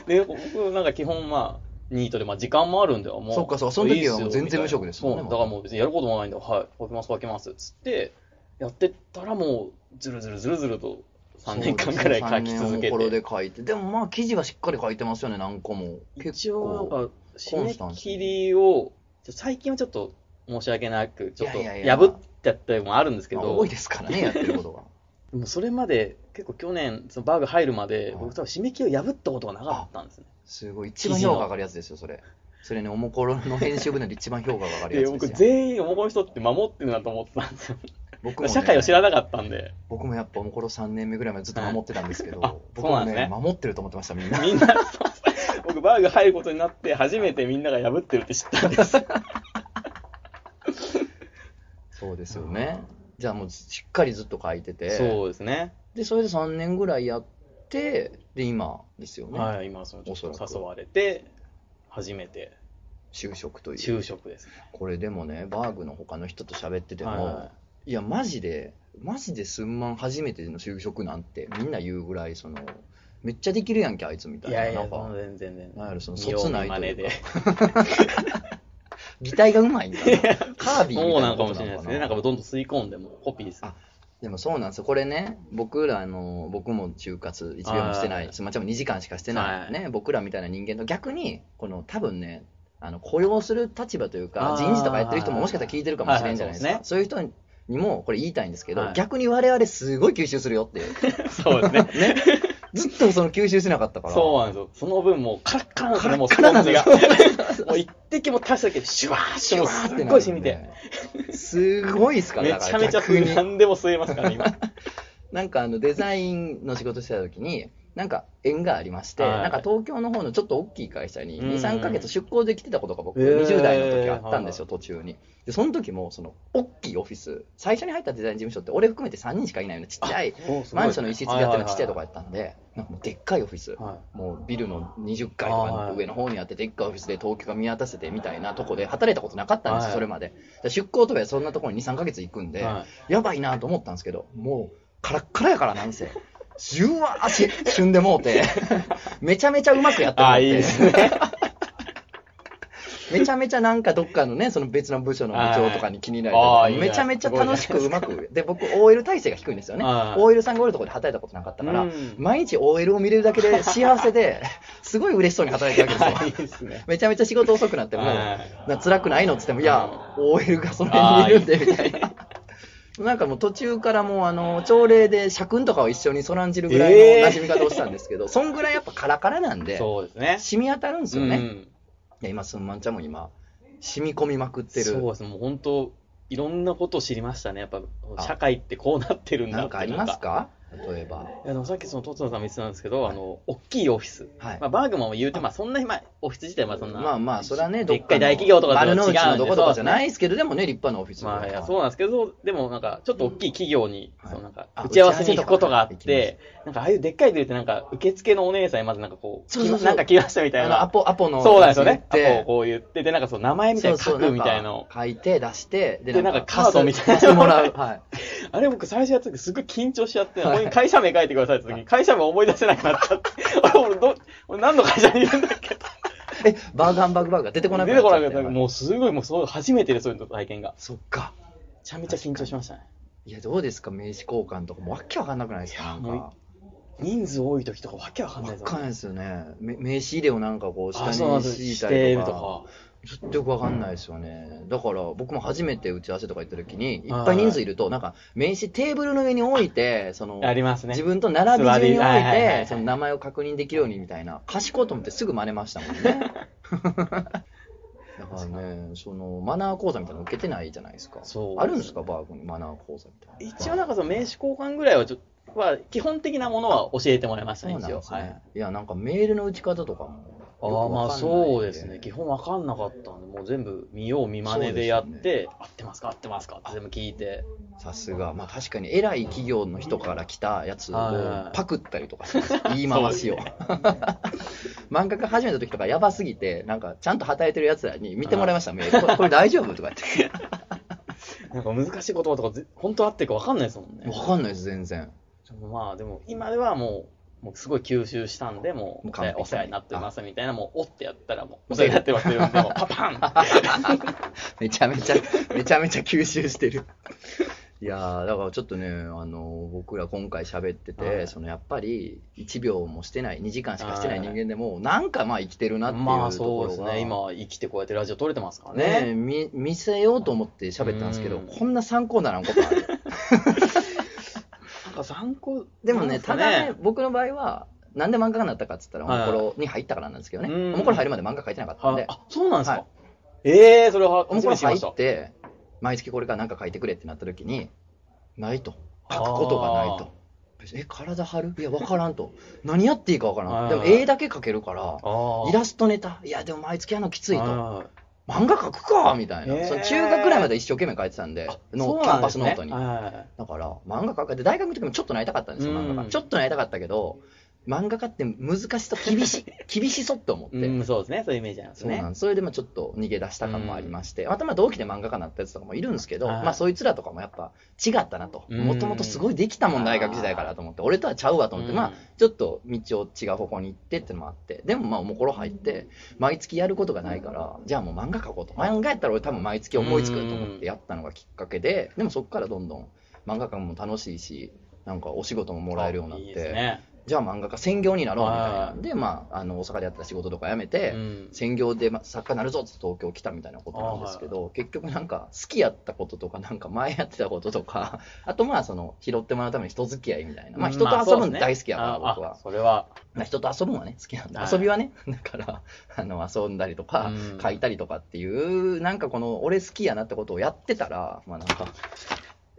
Speaker 2: で、僕なんか基本まあ、ニートで、まあ時間もあるんだよ、もう。
Speaker 1: そっかそっかその時はもう全然無職ですも
Speaker 2: も
Speaker 1: ん
Speaker 2: ん
Speaker 1: ね
Speaker 2: ね。そう、だからもう別にやることもないんだよ、はい、書きます書きます、つって、やってったらもう、ずるずるずるずると3年間ぐらい書き続け
Speaker 1: そうですね三年をこれ
Speaker 2: て。
Speaker 1: で書いて。でもまあ、記事はしっかり書いてますよね、何個も。
Speaker 2: 一応なん
Speaker 1: コ
Speaker 2: か、
Speaker 1: ンスタ
Speaker 2: 締
Speaker 1: ン
Speaker 2: め
Speaker 1: ト
Speaker 2: 切りを、ちょ最近はちょっと申し訳なく、ちょっと
Speaker 1: いやいやいや
Speaker 2: 破っちゃったりもあるんですけ
Speaker 1: ま
Speaker 2: ど。
Speaker 1: あ多いです からね、やってることが。
Speaker 2: でもそれまで結構去年そのバーグ入るまで
Speaker 1: うん
Speaker 2: 僕多分締め切りを破ったことがなかったんですね。
Speaker 1: すごい、一番評価上がるやつですよ、それ。それね、おもころの編集部内で一番評価が上がる
Speaker 2: で
Speaker 1: やつ
Speaker 2: 僕
Speaker 1: ですよ。
Speaker 2: 全員おもこの人って守ってるなと思ってたんです よ。
Speaker 1: 僕もね
Speaker 2: 社会を知らなかったんで
Speaker 1: 僕もやっぱおもころ3年目ぐらいまでずっと守ってたんですけど、
Speaker 2: はいあ
Speaker 1: 僕
Speaker 2: そうな
Speaker 1: も
Speaker 2: んです
Speaker 1: ね
Speaker 2: ね
Speaker 1: 守ってると思ってました、みんな。
Speaker 2: みんな僕バーグ入ることになって初めてみんなが破ってるって知ったんです。
Speaker 1: そうですよね。じゃあもうしっかりずっと書いてて。
Speaker 2: そうですね。
Speaker 1: で、それで3年ぐらいやって、で、今ですよね。
Speaker 2: はい今そのちょっ
Speaker 1: おそらく
Speaker 2: と誘われて初めて
Speaker 1: 就職という。
Speaker 2: 就職ですね。
Speaker 1: これでもね、バーグの他の人と喋ってても、、
Speaker 2: はい
Speaker 1: や、マジで、マジですんまん初めての就職なんてみんな言うぐらい、その、めっちゃできるやんけ、あいつみた
Speaker 2: い
Speaker 1: いな。
Speaker 2: やいや
Speaker 1: なんか、
Speaker 2: 全然全然。
Speaker 1: なんやろその
Speaker 2: 見よ
Speaker 1: 卒
Speaker 2: う
Speaker 1: 内
Speaker 2: 見まね
Speaker 1: という
Speaker 2: で
Speaker 1: か。擬態がうまいんだな。カービィみたい
Speaker 2: そうな
Speaker 1: な
Speaker 2: の
Speaker 1: こと
Speaker 2: かもしれないですね。なんかどんどん吸い込んでもコピーです。
Speaker 1: あでもそうなんですよ、これね、僕らあの、僕も就活1秒もしてない、
Speaker 2: はい
Speaker 1: すみません、2時間しかしてな、
Speaker 2: はいい
Speaker 1: ね、僕らみたいな人間と逆に、この多分ね、あの雇用する立場というか
Speaker 2: あ、ー
Speaker 1: 人事とかやってる人ももしかしたら聞いてるかもしれんじゃないです
Speaker 2: はい
Speaker 1: か
Speaker 2: は、い
Speaker 1: そういう人にもこれ言いたいんですけど
Speaker 2: は、い
Speaker 1: 逆に我々すごい吸収するよって いう、
Speaker 2: そうですね。
Speaker 1: ね、ずっとその吸収しなかったから、
Speaker 2: そうなんですよ。その分もうカラッカラなんですよね、もうス
Speaker 1: カラ
Speaker 2: ポ
Speaker 1: ッカラな
Speaker 2: ン
Speaker 1: んで
Speaker 2: ジ
Speaker 1: すよ
Speaker 2: が。もう一滴も足しただけでシュワーシュワーって
Speaker 1: なるんです
Speaker 2: っごい染みて。
Speaker 1: ね、すごいですから、
Speaker 2: め
Speaker 1: だか
Speaker 2: ちゃ
Speaker 1: ら
Speaker 2: めちゃ
Speaker 1: 逆に
Speaker 2: 何でも吸えますからね、今。
Speaker 1: なんかあのデザインの仕事してた時に、なんか縁がありまして、
Speaker 2: はい
Speaker 1: なんか東京の方のちょっと大きい会社に
Speaker 2: うん
Speaker 1: 2、3ヶ月出向できてたことが僕、
Speaker 2: へー
Speaker 1: 20代の時あったんですよ、途中に。で、その時も、その、大きいオフィス、最初に入ったデザイン事務所って、俺含めて3人しかいないようなちっちゃい、マンションの一室でやってるのちっちゃいとこやったんで、なんかもうでっかいオフィス、
Speaker 2: は
Speaker 1: もうビルの20階とかの上の方にあって、でっかいオフィスで東京が見渡せてみたいなとこで働いたことなかったんです
Speaker 2: は
Speaker 1: よ、
Speaker 2: い
Speaker 1: それまで。で出向とかでそんなところに2、3ヶ月行くん
Speaker 2: い。
Speaker 1: で、
Speaker 2: は
Speaker 1: やばいなと思ったんですけど、もう、カラッカラやからなんせ。じゅわーし、旬でもうて、 めちゃめちゃうまくやってもう
Speaker 2: ああ、
Speaker 1: て
Speaker 2: いいですね。
Speaker 1: めちゃめちゃなんかどっかのね、その別の部署の部長とかに気になれ
Speaker 2: あ
Speaker 1: た
Speaker 2: あ
Speaker 1: り
Speaker 2: いい
Speaker 1: とか、
Speaker 2: な
Speaker 1: めちゃめちゃ楽しくうまく、で、僕、OL 体制が低いんですよね
Speaker 2: あ。あ
Speaker 1: OL さんがおるところで働いたことなかったから、
Speaker 2: うん
Speaker 1: 毎日 OL を見れるだけで幸せで、 すごい嬉しそうに働いてるわけです
Speaker 2: あい
Speaker 1: よ。
Speaker 2: いですね。
Speaker 1: めちゃめちゃ仕事遅くなっても、
Speaker 2: あ
Speaker 1: な辛くないのっつっても、いや、OL がその辺にいるんで、みたいな。なんかもう途中からもうあの朝礼で社訓とかを一緒にそらんじるぐらいの馴染み方をしたんですけど、そんぐらいやっぱカラカラなんで、
Speaker 2: そうですね。
Speaker 1: 染み当たるんですよね。
Speaker 2: うん
Speaker 1: いや今、すんまんちゃんも今、染み込みまくって
Speaker 2: そう
Speaker 1: る。
Speaker 2: ですね。もう本当、いろんなことを知りましたね。やっぱ
Speaker 1: あ、
Speaker 2: 社会ってこうなってるんだって。
Speaker 1: なんかありますか例えば。
Speaker 2: いやでもさっきそのトツノさんも言ってたんですけど、
Speaker 1: はい
Speaker 2: あの大きいオフィス、
Speaker 1: はい
Speaker 2: まあ、バーグマンも言うて、まあ、そんなに、まあ、オフィス自体はそんな、
Speaker 1: まあまあ、それはね、
Speaker 2: で
Speaker 1: ど
Speaker 2: っ
Speaker 1: っ
Speaker 2: か
Speaker 1: か
Speaker 2: い大企業とかとは違う
Speaker 1: 丸の
Speaker 2: んで
Speaker 1: 内のどことかじゃ
Speaker 2: そう
Speaker 1: ないですけど、でもね、立派なオフィ
Speaker 2: で
Speaker 1: ス
Speaker 2: すねまあいやそう
Speaker 1: う
Speaker 2: なんですけど、でもなんか、ちょっと大きい企業に、
Speaker 1: はい
Speaker 2: そのなんか
Speaker 1: あ
Speaker 2: 打ち合わせに行くことがあっ
Speaker 1: 打ち合わせ
Speaker 2: て、なんかああいうでっかいビルって、なんか受付のお姉さんにまずなんかこう、
Speaker 1: そうそうそう
Speaker 2: きまなんか来ましたみたい
Speaker 1: あの、ア
Speaker 2: な、
Speaker 1: ポ、アポの、
Speaker 2: そうなんですよね、
Speaker 1: やつに行
Speaker 2: あ
Speaker 1: って
Speaker 2: こうこう言って、で、なんかその名前みたいなの書くみたいなの
Speaker 1: ん、か書いて、出して、で
Speaker 2: でなんかカードみたいな
Speaker 1: パスもらう。 はい。
Speaker 2: あれ僕、最初やった時すごい緊張しちゃって、
Speaker 1: はい
Speaker 2: ここに会社名書いてくださいって時に、会社名思い出せなくなっちゃって、 あれ、俺ど、俺何の会社にいるんだっけ
Speaker 1: え、バーガンバーグバーグが出てこなく
Speaker 2: 出
Speaker 1: な
Speaker 2: て
Speaker 1: っち
Speaker 2: こ
Speaker 1: ゃ
Speaker 2: な
Speaker 1: っ
Speaker 2: く
Speaker 1: て
Speaker 2: なった。もうすごい、もうそう初めてで、そういう体験が。め
Speaker 1: そっか。
Speaker 2: ちゃめちゃ緊張しましたね。
Speaker 1: いや、どうですか名刺交換とかもわっけわかんなくないですかなん
Speaker 2: も
Speaker 1: か。
Speaker 2: 人数多い時とかわけわかんない
Speaker 1: わ
Speaker 2: です
Speaker 1: かんないですよね。め名刺入れをなんかこう、下
Speaker 2: あ、そうなん
Speaker 1: に
Speaker 2: です。
Speaker 1: 敷い
Speaker 2: したて
Speaker 1: り
Speaker 2: る
Speaker 1: と
Speaker 2: と
Speaker 1: か。
Speaker 2: か。
Speaker 1: ちょっとよくわかんないですよね。だから、僕も初めて打ち合わせとか行った時に、い
Speaker 2: はい
Speaker 1: っぱい人数いると、なんか、名刺テーブルの上に置いて、その、
Speaker 2: ありますね
Speaker 1: 自。分と並び順に置い
Speaker 2: 座りはいはいはいは
Speaker 1: て
Speaker 2: い、
Speaker 1: その名前を確認できるようにみたいな、賢いと思ってすぐ真似ましたもんね。 だからね、その、マナー講座みたいなの受けてないじゃないですか。
Speaker 2: そう
Speaker 1: あるんですか、バーグにマナー講座みたいな。
Speaker 2: 一応なんかその名刺交換ぐらいはちょっと、は基本的なものは教えてもらいました
Speaker 1: そう
Speaker 2: ね、
Speaker 1: なん
Speaker 2: 一応。
Speaker 1: ですね。
Speaker 2: はい。
Speaker 1: いや、なんかメールの打ち方とかもよく
Speaker 2: あ
Speaker 1: わ
Speaker 2: あ、
Speaker 1: かんないん。
Speaker 2: まあそうですね。基本わかんなかったんで、もう全部見よう見まねでやっ
Speaker 1: そう
Speaker 2: て、合ってますか合ってますかって全部聞いて。
Speaker 1: さすが、まあ、確かに偉い企業の人から来たやつを
Speaker 2: はい
Speaker 1: パクったりとかし ます言い回しを 漫画家始めた時とかやばすぎてなんかちゃんと働いてるやつらに見てもらいましたメールこれこれ大丈夫とか言 って
Speaker 2: なんか難しい言葉とかぜ、本当合ってるかわかんないですもんね。
Speaker 1: 分かんないです全然
Speaker 2: でもまあでも今ではもうもうすごい吸収したんでもう
Speaker 1: もう完璧
Speaker 2: お世話になってますみたいなもうおってやったらもうお世話になってますよ でもパパン
Speaker 1: めちゃめちゃめちゃめちゃ吸収してる いやーだからちょっとねあの僕ら今回喋ってて、
Speaker 2: はい
Speaker 1: そのやっぱり1秒もしてない2時間しかしてない
Speaker 2: はい
Speaker 1: 人間でもなんかまあ生きてるなっていうところが、
Speaker 2: まあそうですね今生きてこうやってラジオ撮れてますから
Speaker 1: ね
Speaker 2: ね
Speaker 1: 見見せようと思って喋ったんですけど、
Speaker 2: うん
Speaker 1: こんな参考にならんことある
Speaker 2: なんか参考
Speaker 1: でもね
Speaker 2: なんす
Speaker 1: た
Speaker 2: か
Speaker 1: だね僕の場合はなんで漫画家になったかっつったらお
Speaker 2: はい
Speaker 1: もころに入ったからなんですけどね、
Speaker 2: うん
Speaker 1: おもころ入るまで漫画書いてなかったん
Speaker 2: はい
Speaker 1: で
Speaker 2: あそうなんですか、
Speaker 1: はい
Speaker 2: ええそれは
Speaker 1: おも
Speaker 2: 初
Speaker 1: こ
Speaker 2: め
Speaker 1: ろ
Speaker 2: て知りま
Speaker 1: 入
Speaker 2: した
Speaker 1: って毎月これから何か書いてくれってなった時にないと書くことがないとえ体張るいや分からんと何やっていいか分からんでも
Speaker 2: はい
Speaker 1: 絵だけ描けるから
Speaker 2: ああ
Speaker 1: イラストネタいやでも毎月あのきついと
Speaker 2: あ
Speaker 1: 漫画描くかみたいな、
Speaker 2: へー
Speaker 1: その中学ぐらいまで一生懸命書いてたんで
Speaker 2: あ
Speaker 1: の
Speaker 2: そう
Speaker 1: キャ
Speaker 2: な
Speaker 1: ン
Speaker 2: ん
Speaker 1: パ
Speaker 2: で
Speaker 1: ス
Speaker 2: す
Speaker 1: ノ
Speaker 2: ね
Speaker 1: ートに
Speaker 2: はいはいはい
Speaker 1: だから漫画家で大学の時もちょっとなりたかったんですよ
Speaker 2: うん
Speaker 1: 漫画家ちょっとなりたかったけど漫画家って難しそう厳しい厳しそうって思って、
Speaker 2: うんそうですねそういうイメージなんです
Speaker 1: そう
Speaker 2: ね
Speaker 1: なんですそれでまあちょっと逃げ出した感もありまして、またまあ同期で漫画家になったやつとかもいるんですけど、
Speaker 2: はい
Speaker 1: まあそいつらとかもやっぱ違ったなと
Speaker 2: うん
Speaker 1: もともとすごいできたもん大学時代からと思って俺とはちゃうわと思って、まあちょっと道を違う方向に行ってってのもあってでもまあおもころ入って毎月やることがないからじゃあもう漫画描こうと漫画やったら俺多分毎月思いつくと思ってやったのがきっかけででもそこからどんどん漫画家も楽しいしなんかお仕事ももらえるようになって
Speaker 2: いいですね、
Speaker 1: じゃあ漫画家専業になろうみたいな
Speaker 2: はい
Speaker 1: でまああの大阪でやってた仕事とか辞めて、
Speaker 2: うん
Speaker 1: 専業でま作家になるぞっつって東京来たみたいなことなんですけど、結局なんか好きやったこととかなんか前やってたこととか あとまあその拾ってもらうために人付き合いみたいな、まあ、人と遊ぶの大好きやから、僕は
Speaker 2: あそうですねああそれは
Speaker 1: まあ、人と遊ぶのはね好きなんで
Speaker 2: はい
Speaker 1: 遊びはね だからあの遊んだりとか
Speaker 2: うん
Speaker 1: 書いたりとかっていうなんかこの俺好きやなってことをやってたらまあなんか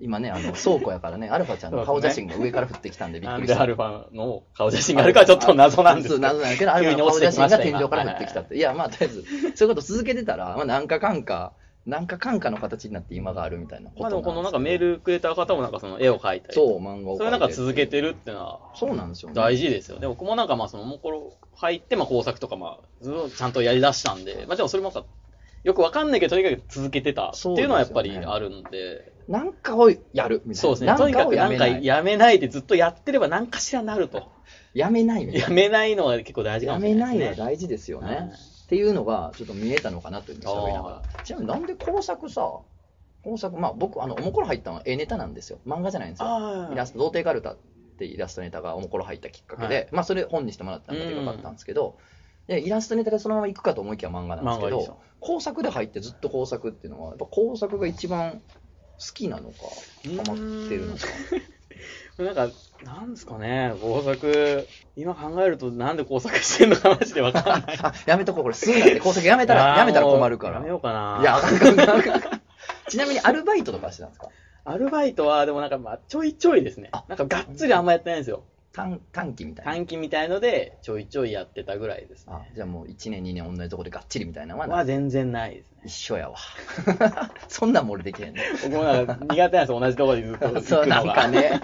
Speaker 1: 今ねあの倉庫やからねアルファちゃんの顔写真が上から降ってきたんでびっ
Speaker 2: な
Speaker 1: く
Speaker 2: ん
Speaker 1: り
Speaker 2: で
Speaker 1: した
Speaker 2: アルファの顔写真があるかは ちょっと謎なんです
Speaker 1: そう
Speaker 2: けど
Speaker 1: 謎なんですけど、あれ
Speaker 2: 急に
Speaker 1: 顔
Speaker 2: 落ち
Speaker 1: 写
Speaker 2: てき
Speaker 1: 真
Speaker 2: ました
Speaker 1: が天井から降ってきたって。いや、まあ、とりあえず、そういうこと続けてたら、まあ、なんかかんか、なんかかんかの形になって今があるみたいなこと
Speaker 2: まあでもこのなんか
Speaker 1: です
Speaker 2: メールくれた方もなんかその絵を描いたりとか
Speaker 1: そう、漫画を描いて
Speaker 2: それをなんか続けてるっていうのは
Speaker 1: そうなんですよね。
Speaker 2: 大事ですよね。僕もなんかまあそのもころ入ってまあ工作とかまあずっとちゃんとやりだしたんで、まあでもそれもなんかよくわかんないけど、とにかく続けてたっていうのはやっぱり
Speaker 1: そうですよね
Speaker 2: あるんで、
Speaker 1: なんかをやるみたいな。
Speaker 2: そうですね、とにかく
Speaker 1: や
Speaker 2: なん
Speaker 1: め
Speaker 2: か
Speaker 1: ない。
Speaker 2: やめないでずっとやってればなんかしらなる と。
Speaker 1: やめないみたい
Speaker 2: や
Speaker 1: な。
Speaker 2: めないのは結構大事か
Speaker 1: や
Speaker 2: もし
Speaker 1: め
Speaker 2: れ
Speaker 1: な
Speaker 2: ないい
Speaker 1: は
Speaker 2: ですね。
Speaker 1: 大事ですよね。
Speaker 2: はい
Speaker 1: っていうのが、ちょっと見えたのかなというのを喋りなが
Speaker 2: あ
Speaker 1: ら。ちなみになんで工作さ、工作、まあ僕、あの、おもころ入ったのは絵ネタなんですよ。漫画じゃないんですよ。
Speaker 2: あ
Speaker 1: イラスト、童貞カルタってイラストネタがおもころ入ったきっかけで、
Speaker 2: はい
Speaker 1: まあそれ本にしてもらったのがでかかったんですけど、でイラストネタでそのまま行くかと思いきや漫画なんですけ
Speaker 2: 漫画でし
Speaker 1: ど
Speaker 2: ょ、
Speaker 1: 工作で入ってずっと工作っていうのは、やっぱ工作が一番好きなのか、ハマってるのか。
Speaker 2: なんか、なんですかね、工作、今考えるとなんで工作してんのかマジでわかんない。
Speaker 1: あ、 やめとこう、これ、すんだって、工作やめたら、
Speaker 2: あー
Speaker 1: やめたら困るか
Speaker 2: もうや
Speaker 1: ら。
Speaker 2: めようかな。
Speaker 1: いや、あかんあかんあかんあかんちなみにアルバイトとかしてたんですか
Speaker 2: アルバイトは、でもなんか、まあ、ちょいちょいですね
Speaker 1: あ。
Speaker 2: なんか、がっつりあんまやってないんですよ。
Speaker 1: 短短期みたいな。
Speaker 2: 短期みたいので、ちょいちょいやってたぐらいですね。
Speaker 1: あじゃあもう1年、2年同じとこでがっちりみたいなのはな
Speaker 2: は全然ないですね。
Speaker 1: 一緒やわ。 そんなんも俺できへんね。
Speaker 2: 僕もなんか苦手なんですよ、同じところでずっと行くのが。
Speaker 1: そう、なんかね。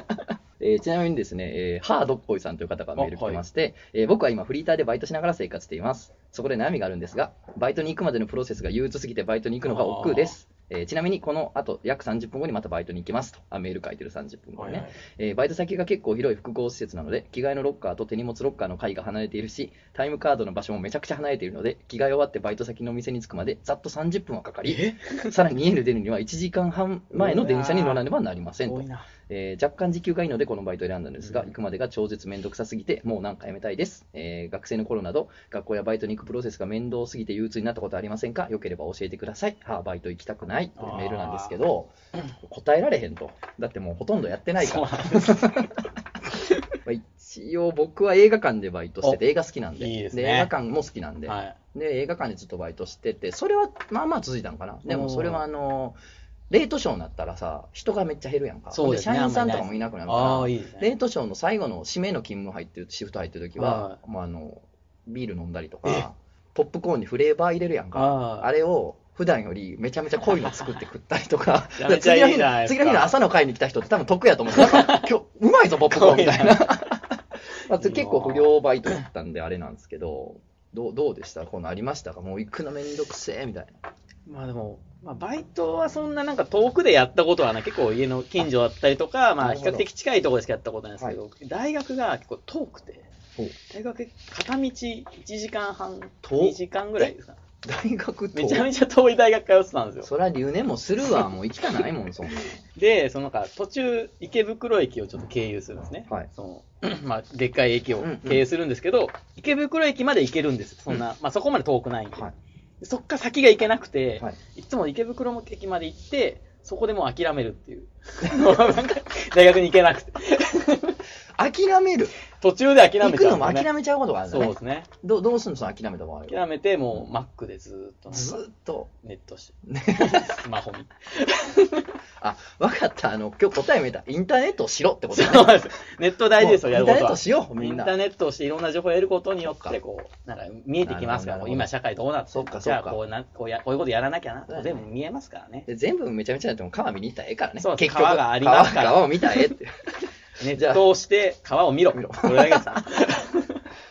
Speaker 1: えーちなみにですね、えーハードっぽいさんという方からメール来てまして、えー僕は今フリーターでバイトしながら生活しています。そこで悩みがあるんですが、バイトに行くまでのプロセスが憂鬱すぎてバイトに行くのが億劫です。えーちなみにこの後約30分後にまたバイトに行きますと。あ、メール書いてる30分後
Speaker 2: はい
Speaker 1: に
Speaker 2: は
Speaker 1: ね。
Speaker 2: い。
Speaker 1: えーバイト先が結構広い複合施設なので着替えのロッカーと手荷物ロッカーの階が離れているしタイムカードの場所もめちゃくちゃ離れているので着替え終わってバイト先のお店に着くまでざっと30分はかかり
Speaker 2: え
Speaker 1: さらに家に出るには1時間半前の電車に乗らねばなりません
Speaker 2: 多
Speaker 1: と
Speaker 2: い、な。
Speaker 1: えー若干時給がいいのでこのバイトを選んだんですが、
Speaker 2: うん
Speaker 1: 行くまでが超絶面倒くさすぎてもうなんかやめたいです、えー学生の頃など学校やバイトに行くプロセスが面倒すぎて憂鬱になったことありませんかよければ教えてくださいはあバイト行きたくないというメールなんですけど答えられへんとだってもうほとんどやってないからまあ、一応僕は映画館でバイトしてて映画好きなんで
Speaker 2: いいですね
Speaker 1: 映画館も好きなんで,、
Speaker 2: はい。
Speaker 1: で映画館でずっとバイトしててそれはまあまあ続いたんかなで
Speaker 2: お
Speaker 1: も
Speaker 2: ー
Speaker 1: それはあのレートショーになったらさ人がめっちゃ減るやんか
Speaker 2: そうですね
Speaker 1: 社員さんとかもいなくなる
Speaker 2: あ
Speaker 1: か
Speaker 2: あ、いいです
Speaker 1: ら
Speaker 2: ね。
Speaker 1: レートショーの最後の締めの勤務入ってるシフト入ってる時は
Speaker 2: は、
Speaker 1: まあ、あのビール飲んだりと
Speaker 2: え
Speaker 1: かポップコーンにフレーバー入れるやんか
Speaker 2: あ、
Speaker 1: あれを普段よりめちゃめちゃ濃いの作って食ったりとか
Speaker 2: めちゃめちゃいいじゃないですか
Speaker 1: 次の日の朝の会に来た人って多分得やと 思う。なんか今日、うまいぞ、ポップコーンみたいな。まあ、 結構不良バイトだったんであれなんですけど、どうどうでしたこういうのありましたかもう行くのめんどくせえみたいな。
Speaker 2: まあでも、まあ、バイトはそんななんか遠くでやったことはな結構家の近所だったりとか、ま
Speaker 1: な
Speaker 2: あ
Speaker 1: る
Speaker 2: 比
Speaker 1: ほど
Speaker 2: 較的近いところでしかやったことないんですけど、大学が結構遠くて
Speaker 1: ほう、
Speaker 2: 大学片道1時間半、
Speaker 1: 遠っ
Speaker 2: 2時間ぐらいですかね
Speaker 1: 大学と
Speaker 2: めちゃめちゃ遠い大学通ってたんですよ。
Speaker 1: そりゃ留年もするわ、もう行きたないもん、そんな。
Speaker 2: で、そのなんか途中池袋駅をちょっと経由するんですね。
Speaker 1: はい
Speaker 2: その まあ、でっかい駅を経由するんですけど、池袋駅まで行けるんです。そんな、まあそこまで遠くないんで。
Speaker 1: はい
Speaker 2: でそっから先が行けなくて、
Speaker 1: はい
Speaker 2: いつも池袋の駅まで行って、そこでもう諦めるっていう。 もうなんか大学に行けなくて。
Speaker 1: 諦める。
Speaker 2: 途中で諦
Speaker 1: 行
Speaker 2: め
Speaker 1: く
Speaker 2: ちゃう
Speaker 1: の
Speaker 2: ん
Speaker 1: も
Speaker 2: です
Speaker 1: 諦
Speaker 2: よね。
Speaker 1: めちゃうことがあるんだ
Speaker 2: そう
Speaker 1: ね
Speaker 2: で。すね。
Speaker 1: どうどうすんのその諦めた場合は。
Speaker 2: 諦めて、もう Mac でずーっと
Speaker 1: ず
Speaker 2: なんか
Speaker 1: ーっと。
Speaker 2: ネットして、
Speaker 1: ね
Speaker 2: スマホ見て。
Speaker 1: あ、わかった。あの、今日答え見えた。インターネットをしろってことだね
Speaker 2: そうなんですネット大事ですよ、
Speaker 1: もう
Speaker 2: や
Speaker 1: イ
Speaker 2: る
Speaker 1: ン
Speaker 2: こ
Speaker 1: ターネッ
Speaker 2: とは
Speaker 1: ト。しよう、み
Speaker 2: イ
Speaker 1: ん
Speaker 2: ンタ
Speaker 1: な。
Speaker 2: ーネットをしていろんな情報を得ることによ
Speaker 1: そっ
Speaker 2: っ
Speaker 1: か
Speaker 2: てこうなんか見えてきますか
Speaker 1: なるほどなる
Speaker 2: ら
Speaker 1: ほど
Speaker 2: 今社会どうなって
Speaker 1: そっか
Speaker 2: じゃあ
Speaker 1: そっか
Speaker 2: こうなこうやこういうことやらなきゃな
Speaker 1: そうだね
Speaker 2: 全部見えますからね
Speaker 1: で全部めちゃめちゃやっても川見に行ったらええからね。
Speaker 2: そう
Speaker 1: 結局。
Speaker 2: 川がありますから
Speaker 1: 川川を見たらええ って。
Speaker 2: ネ
Speaker 1: じゃあ
Speaker 2: ットをして川を見ろ
Speaker 1: 見ろ
Speaker 2: これだ けで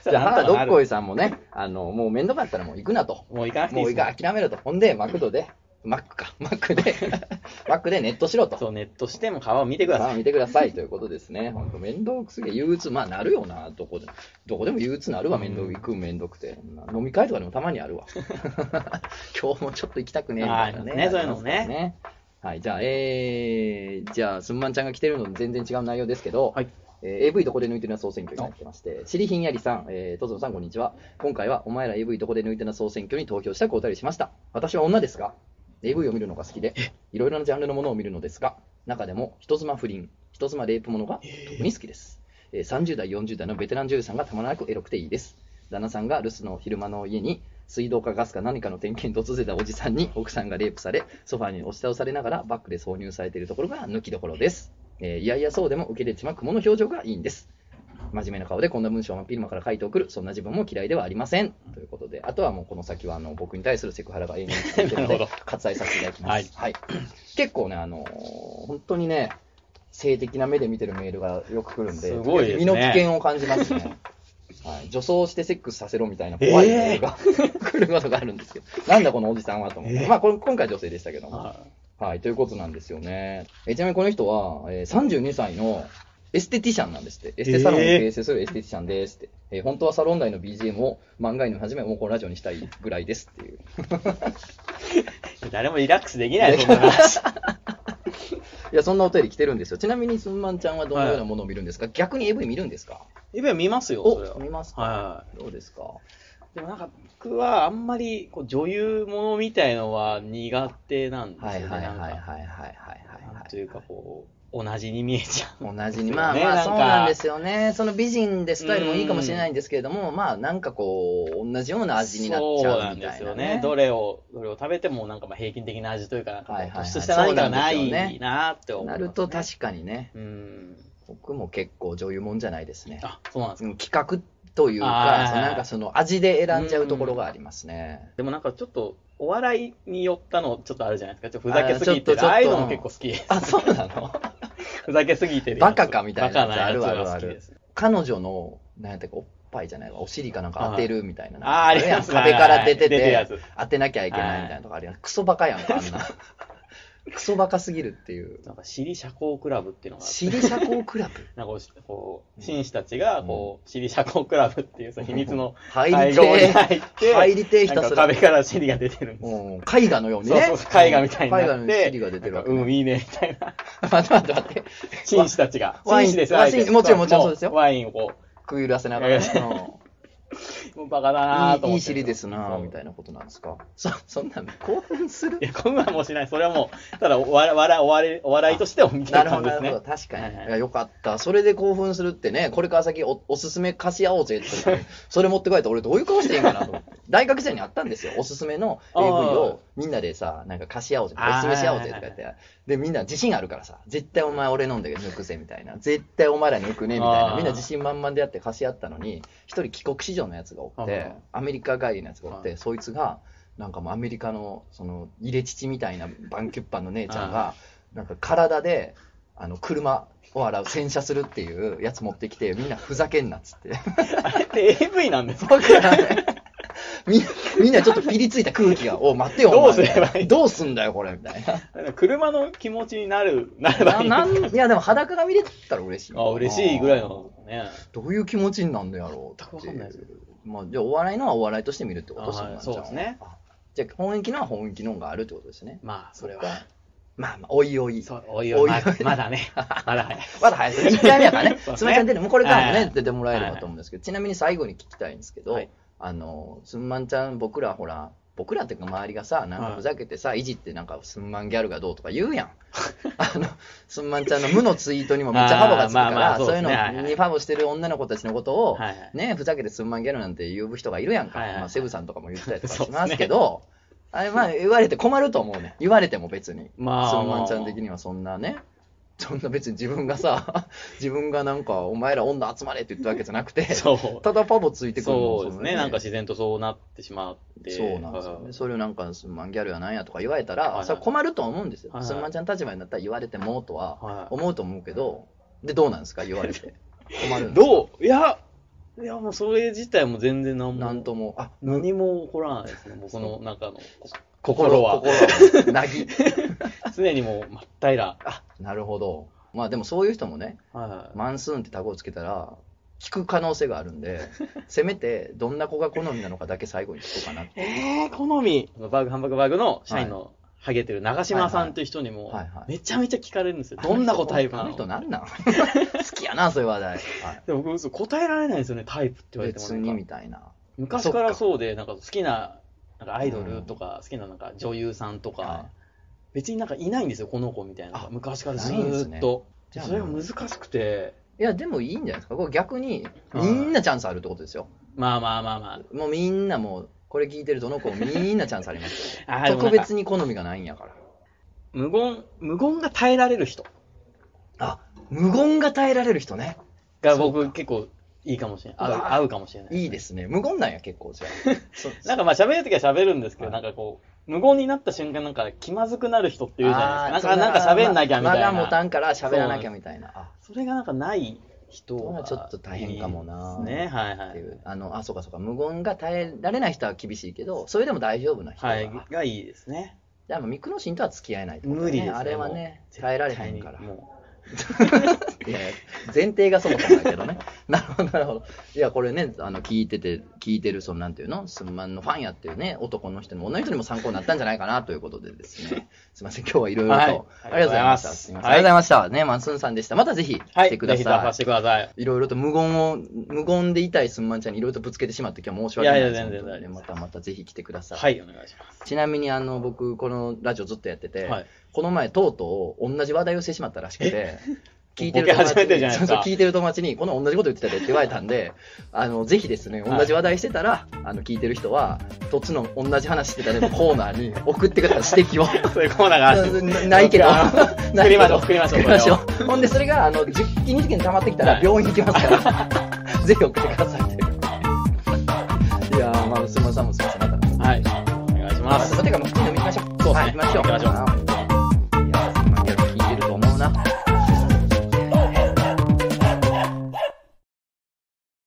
Speaker 2: す
Speaker 1: じゃあ、ま
Speaker 2: な
Speaker 1: だ
Speaker 2: んと
Speaker 1: ど
Speaker 2: かな
Speaker 1: っ
Speaker 2: る
Speaker 1: こいさんもね、あの、もう面倒かったらもう行くなと。
Speaker 2: もう行かなくてい
Speaker 1: も
Speaker 2: いうで
Speaker 1: いい
Speaker 2: す
Speaker 1: か、
Speaker 2: ね
Speaker 1: 諦めろと。ほんで、マクドで、マックか。マックで、 マックでネットしろと。
Speaker 2: そうネットしても川を見てくだ
Speaker 1: ま
Speaker 2: さ
Speaker 1: あ
Speaker 2: い
Speaker 1: 見てくださいということですね。本当面倒くすぎ、憂鬱、まあなるよな、どこで、どこでも憂鬱なるわ、面倒、
Speaker 2: うん
Speaker 1: 行く面倒くて。飲み会とかでもたまにあるわ。 今日もちょっと行きたくねえみたいなね。
Speaker 2: あーねそういうのも
Speaker 1: あ
Speaker 2: ね
Speaker 1: りますからはい、じゃあ、えー、じゃあ、すんまんちゃんが来てるのと全然違う内容ですけど、
Speaker 2: はい
Speaker 1: えー AV どこで抜いてるな総選挙になってまして、しりひんやりさん、えー、とぞのさん、こんにちは。今回は、お前ら AV どこで抜いてるな総選挙に投票したくお便りしました。私は女ですが、AV を見るのが好きで、いろいろなジャンルのものを見るのですが、中でも人妻不倫、人妻レイプものが特に好きです。えー30代、40代のベテラン女優さんがたまらなくエロくていいです。旦那さんが留守の昼間の家に水道かガスか何かの点検に突然たおじさんに奥さんがレイプされ、ソファーに押し倒されながらバックで挿入されているところが抜きどころです。えーいやいやそうでも受け入れちまう雲の表情がいいんです。真面目な顔でこんな文章を真っ昼間から書いて送る、そんな自分も嫌いではありません。ということで、あとはもうこの先はあの僕に対するセクハラが永遠に続いているの
Speaker 2: なる
Speaker 1: で
Speaker 2: ほ、
Speaker 1: 割愛させていただきます。はい結構ね、あのー本当にね、性的な目で見てるメールがよく来るんで、
Speaker 2: すごいですね
Speaker 1: 身の危険を感じますね。 はい、女装してセックスさせろみたいな
Speaker 2: えー
Speaker 1: 怖いメールが、 来ることがあるんですけど、なんだこのおじさんはと思って、
Speaker 2: えー
Speaker 1: まあこれ今回女性でしたけども、
Speaker 2: は
Speaker 1: はい、ということなんですよね。えちなみにこの人は、えー32歳のエステティシャンなんですって。エステサロンを経営するエステティシャンですって。えー本当はサロン内の BGM を漫画犬はじめ、もうこのラジオにしたいぐらいですっていう。
Speaker 2: い。誰もリラックスできない、そんな話。
Speaker 1: いや、そんなお便り来てるんですよ。ちなみに、すんまんちゃんはどのようなものを見るんですか、逆に AV 見るんですか
Speaker 2: 今見ますよ、それは
Speaker 1: お見ますか、
Speaker 2: は
Speaker 1: どうですか
Speaker 2: い。でもなんか、僕はあんまりこう女優ものみたいのは苦手なんですよ
Speaker 1: は
Speaker 2: ね。
Speaker 1: いはいはい
Speaker 2: な
Speaker 1: はい
Speaker 2: んか
Speaker 1: はいはいはい
Speaker 2: な
Speaker 1: は
Speaker 2: ん
Speaker 1: い。
Speaker 2: というかこう、同じに見えちゃう。
Speaker 1: 同じに、
Speaker 2: ね
Speaker 1: まあま
Speaker 2: な
Speaker 1: あ
Speaker 2: んか
Speaker 1: そうなんですよね、その美人でスタイルもいいかもしれないんですけれども、まあなんかこう、同じような味になっち
Speaker 2: そう
Speaker 1: ゃ
Speaker 2: な
Speaker 1: うんみ
Speaker 2: で
Speaker 1: た
Speaker 2: す
Speaker 1: いな
Speaker 2: よね。
Speaker 1: ね。
Speaker 2: どれを、どれを食べてもなんかまあ平均的な味というか、なんかこう
Speaker 1: はいはいはい
Speaker 2: 突出した何かがな
Speaker 1: そうなんです
Speaker 2: い
Speaker 1: よね
Speaker 2: なって思いま
Speaker 1: な
Speaker 2: す、
Speaker 1: ると確かにね、
Speaker 2: うん。
Speaker 1: 僕も結構女優もんじゃないですね。
Speaker 2: あ、そうなんです
Speaker 1: う
Speaker 2: か。
Speaker 1: ん企画という
Speaker 2: あ
Speaker 1: か、そ
Speaker 2: ー
Speaker 1: のなんかその味で選んじゃうところがありますね。
Speaker 2: でもなんかちょっと、お笑いによったのちょっとあるじゃないですか。ちょっとふざけすぎ
Speaker 1: あーちょってとちょっと
Speaker 2: る。ああいうのも結構好き。
Speaker 1: あ、そうなの
Speaker 2: ふざけすぎてる。
Speaker 1: バカかみたいなやつ
Speaker 2: バカなやつは好きです。
Speaker 1: 彼女の、なんやったか、おっぱいじゃないわお尻かなんか当てるみたいな。
Speaker 2: ああー、ありますね
Speaker 1: 壁から出て
Speaker 2: 出てるや
Speaker 1: て、
Speaker 2: つ。
Speaker 1: 当てなきゃいけないみたいなとかあるやん。クソバカやんか、あ んな。クソバカすぎるっていう。
Speaker 2: なんか、尻社交クラブっていうのがあって
Speaker 1: 尻社交クラブ
Speaker 2: なんかこう、こう紳士たちが、こう、尻社交クラブって いう、その秘密の
Speaker 1: 入
Speaker 2: 会
Speaker 1: り
Speaker 2: 合に
Speaker 1: て
Speaker 2: 入っ
Speaker 1: え、
Speaker 2: て、
Speaker 1: 入りてえひた
Speaker 2: なん
Speaker 1: す
Speaker 2: から壁。から尻が出てるんです。
Speaker 1: うん絵画のようにね。
Speaker 2: そうそうそう絵画みたいになって
Speaker 1: 絵画のように尻が出てる
Speaker 2: な
Speaker 1: わ
Speaker 2: ん
Speaker 1: け
Speaker 2: かうん、いいね、みたいな。
Speaker 1: 待って待って待って。
Speaker 2: 紳士たちが。
Speaker 1: ワイン
Speaker 2: 紳士です
Speaker 1: ワイン
Speaker 2: 相手
Speaker 1: もちろんもちろんそうですよ
Speaker 2: もワインをこ
Speaker 1: くゆらせなが らね。
Speaker 2: いやう、もうバカだなぁと
Speaker 1: うんいいい
Speaker 2: 思って。
Speaker 1: い尻ですなぁみた
Speaker 2: い
Speaker 1: いなことなんですか。そ、そんなん興奮する
Speaker 2: な。いや、こんなんもうしない。それはもう、ただお笑い、お笑い、お笑いとしても見て
Speaker 1: なる
Speaker 2: る
Speaker 1: ほ
Speaker 2: 感
Speaker 1: ど、
Speaker 2: じ
Speaker 1: な
Speaker 2: で
Speaker 1: る
Speaker 2: す
Speaker 1: ほど。
Speaker 2: ね。
Speaker 1: 確かに。
Speaker 2: はいはい
Speaker 1: いや、よかった。それで興奮するってね、これから先おおすすめ貸し合おうぜって言 って、それ持って帰って俺どういう顔していいんかなと思って。大学時代にあったんですよ。おすすめの AV をみんなでさ、なんか貸し合おうぜ、
Speaker 2: あー
Speaker 1: おすすめし合おうぜとか言って。で、みんな自信あるからさ、絶対お前俺飲んで抜くぜみたいな。絶対お前ら抜くねみたい
Speaker 2: あ
Speaker 1: な。
Speaker 2: ー
Speaker 1: みんな自信満々でやって貸し合ったのに、一人帰国子女のやつがおっ
Speaker 2: はいは
Speaker 1: て
Speaker 2: い、
Speaker 1: アメリカ帰りのやつがおっ
Speaker 2: は
Speaker 1: て、そいつが、なんかもうアメリカの、その、入れ乳みたいなバンキュッパンの姉ちゃんが、なんか体で、あの、車を洗う、洗車するっていうやつ持ってきて、みんなふざけんなっつっ て。
Speaker 2: あれって AV なんですか
Speaker 1: わからないみみんなちょっとピリついた空気が、おう待ってよ、お前
Speaker 2: どうすればいい
Speaker 1: どうすんだよ、これ、みたいな。
Speaker 2: 車の気持ちになる、なればいいんです
Speaker 1: な
Speaker 2: か
Speaker 1: なんいや、でも裸が見れたら嬉しい。
Speaker 2: あ、嬉しいぐらいのね。
Speaker 1: どういう気持ちになるんだやろうって
Speaker 2: 全くわかんないですけ
Speaker 1: まあ、じゃあお笑いのはお笑いとして見るってこと
Speaker 2: あはい
Speaker 1: んなんじゃん
Speaker 2: そうですね
Speaker 1: あじゃあ本気のは本気のがあるってことですね。
Speaker 2: まあ、それは。
Speaker 1: まあまあ、おいおい。
Speaker 2: そう、おい
Speaker 1: お
Speaker 2: お
Speaker 1: い
Speaker 2: い、
Speaker 1: おい
Speaker 2: ままだね。まだ早い。
Speaker 1: まだ早いです。1回目やからね
Speaker 2: そう。ね
Speaker 1: すんまちゃん出て、もうこれからも
Speaker 2: はい
Speaker 1: ね、出てもらえればと思うんですけど、ちなみに最後に聞きたいんですけど、
Speaker 2: はい
Speaker 1: あの、すんまんちゃん、僕らほら、僕らっていうか周りがさ、なんかふざけてさ、いじってなんかすんまんギャルがどうとか言う やん。あの、すんまんちゃんの無のツイートにもめっちゃファボがつくか
Speaker 2: あーまあま
Speaker 1: ら、
Speaker 2: あ
Speaker 1: そういうの
Speaker 2: そうですねはいはい
Speaker 1: にファボしてる女の子たちのことを、
Speaker 2: はいはい。
Speaker 1: ね、ふざけてすんまんギャルなんて呼ぶ人がいるやんか、
Speaker 2: はいはいはい
Speaker 1: まあ、セブさんとかも言ってたりとかしますけど、あれまあ言われて困ると思うね、言われても別に、
Speaker 2: まあ
Speaker 1: すんまんちゃん的にはそんなね、そんな別に自分がさ、 自分がなんか、お前ら女集まれって言ったわけじゃなくて、
Speaker 2: そう。
Speaker 1: ただパボついてくるの
Speaker 2: そうですね。なんか自然とそうなってしまって。
Speaker 1: そうなんですよ
Speaker 2: は
Speaker 1: ね。
Speaker 2: い
Speaker 1: それをなんか、すんまんギャルやなんやとか言われた
Speaker 2: はい
Speaker 1: ら、
Speaker 2: はい
Speaker 1: それは困るとは思うんですよ
Speaker 2: は。いはい
Speaker 1: すんまんちゃん立場になったら言われてもとは
Speaker 2: はい
Speaker 1: 思うと思うけど、で、どうなんですか、言われ て。困るんですか
Speaker 2: どういや、いやもうそれ自体も全然何も。
Speaker 1: なんとも、あ
Speaker 2: 何も起こらないですね。僕の中の
Speaker 1: 心
Speaker 2: 心は。
Speaker 1: 心はなぎ。
Speaker 2: 常にもう真っ平ら。
Speaker 1: あなるほど。まあでもそういう人もね、
Speaker 2: はい
Speaker 1: マンスーンってタグをつけたら、聞く可能性があるん で、せめてどんな子が好みなのかだけ最後に聞こうかなって。
Speaker 2: えー、好み。バーグ、ハンバーグバーグの社員のハゲてる長島さんという人にも
Speaker 1: はいはい、
Speaker 2: めちゃめちゃ聞かれるんです よ。どんな答えか
Speaker 1: あの
Speaker 2: な
Speaker 1: 人
Speaker 2: の
Speaker 1: なん なん好きやな、そういう話題。はい
Speaker 2: で僕、嘘答えられないんですよね、タイプって言われても
Speaker 1: 別にみたいな。
Speaker 2: 昔からそうで、なんか好きな、なんかアイドルとか、好きななんか女優さんとか、
Speaker 1: はい
Speaker 2: 別になんかいないんですよ、この子みたいな
Speaker 1: あ。
Speaker 2: 昔からず
Speaker 1: ないんです
Speaker 2: ー
Speaker 1: ね
Speaker 2: っと。
Speaker 1: じゃあ
Speaker 2: それが難しくて、
Speaker 1: いや、でもいいんじゃないですか。これ逆に、
Speaker 2: はい
Speaker 1: みんなチャンスあるってことですよ。
Speaker 2: まあまあまあま
Speaker 1: もうみんなもう、これ聞いてるどの子もみんなチャンスありますよ。
Speaker 2: あ。あーでもな
Speaker 1: 特
Speaker 2: んか
Speaker 1: 別に好みがないんやから。
Speaker 2: 無言、無言が耐えられる人
Speaker 1: あ、無言が耐えられる人ね。
Speaker 2: が僕結構いいかもしれない。
Speaker 1: う
Speaker 2: 合う
Speaker 1: わ
Speaker 2: 合うかもしれない。
Speaker 1: いいですね。無言なんや、結構じゃあ。 そ
Speaker 2: なんかまあ喋るときは喋るんですけど、
Speaker 1: はい
Speaker 2: なんかこう、無言になった瞬間なんか気まずくなる人っていうじゃないですか。なんか、
Speaker 1: あー
Speaker 2: なんか喋んなきゃみたい
Speaker 1: 間
Speaker 2: な。
Speaker 1: が持たんから喋らなきゃみたいな。あ
Speaker 2: それがなんかない人
Speaker 1: ま
Speaker 2: は
Speaker 1: あちょっと大変かもな
Speaker 2: ですね、はいは
Speaker 1: ってい
Speaker 2: い。
Speaker 1: う、あの、あ、そうかそうか、無言が耐えられない人は厳しいけど、それでも大丈夫な人は、
Speaker 2: はい、がいいですね。
Speaker 1: でもミクロシンとは付き合えないってことだ
Speaker 2: 無理ですね
Speaker 1: あれはね、耐えられへんから。
Speaker 2: 絶対にも
Speaker 1: いやいや前提がそもそもだけどね。 なるほど、なるほど。いや、これね、あの、聞いてて、聞いてる、その、なんていうの、すんまんのファンやっていうね、男の人にも、女の人にも参考になったんじゃないかなということでです ね。すいません、今日はいろいろと、
Speaker 2: はい
Speaker 1: ありがとうございました。すいません、ありがとうございました。ね、マンスーンさんでした。またぜひ
Speaker 2: うは
Speaker 1: 来て
Speaker 2: い、ぜ
Speaker 1: く
Speaker 2: ひ
Speaker 1: だ
Speaker 2: 出
Speaker 1: さい。
Speaker 2: させてください。
Speaker 1: いろいろと無言を、無言でいたいすんまんちゃんにいろいろとぶつけてしまって、今日申し訳ない
Speaker 2: い
Speaker 1: で
Speaker 2: や
Speaker 1: す。
Speaker 2: いや全然
Speaker 1: 本当にね
Speaker 2: 大丈夫
Speaker 1: ま
Speaker 2: です
Speaker 1: たまたぜひ来てください。
Speaker 2: はい、お願いします。
Speaker 1: ちなみに、あの、僕、このラジオずっとやってて、
Speaker 2: はい。
Speaker 1: この前、とうとう同じ話題をしてしまったらしくて、 聞いてる
Speaker 2: ボケ
Speaker 1: 友
Speaker 2: 始め
Speaker 1: 達
Speaker 2: てるじゃ
Speaker 1: に、
Speaker 2: ない
Speaker 1: そ
Speaker 2: で
Speaker 1: う
Speaker 2: す
Speaker 1: そう
Speaker 2: か
Speaker 1: 聞いてる友達に、この同じこと言ってたでって言われたんで、あの、ぜひですね、
Speaker 2: はい
Speaker 1: 同じ話題してたら、あの、聞いてる人は、とつの同じ話してたでのコーナーに送ってくだ さい、指摘を。
Speaker 2: そういうコーナーがあるんです
Speaker 1: なないけ ど、
Speaker 2: あ の
Speaker 1: ないけど
Speaker 2: 作りましょ
Speaker 1: 作
Speaker 2: う
Speaker 1: りましょう
Speaker 2: こ
Speaker 1: ほんで、それが、あの、10件、20件溜まってきたら
Speaker 2: は、い
Speaker 1: 病院行きます から、ぜひ送ってくださいという。いやー、まあ、すみません、もうすみません、また。
Speaker 2: はい、お願いし
Speaker 1: ま
Speaker 2: ま
Speaker 1: あ、
Speaker 2: す。
Speaker 1: とにかく、もう、普通に飲みましょう。
Speaker 2: そうですね
Speaker 1: はい行きましょう。
Speaker 2: 行きましょう
Speaker 1: はい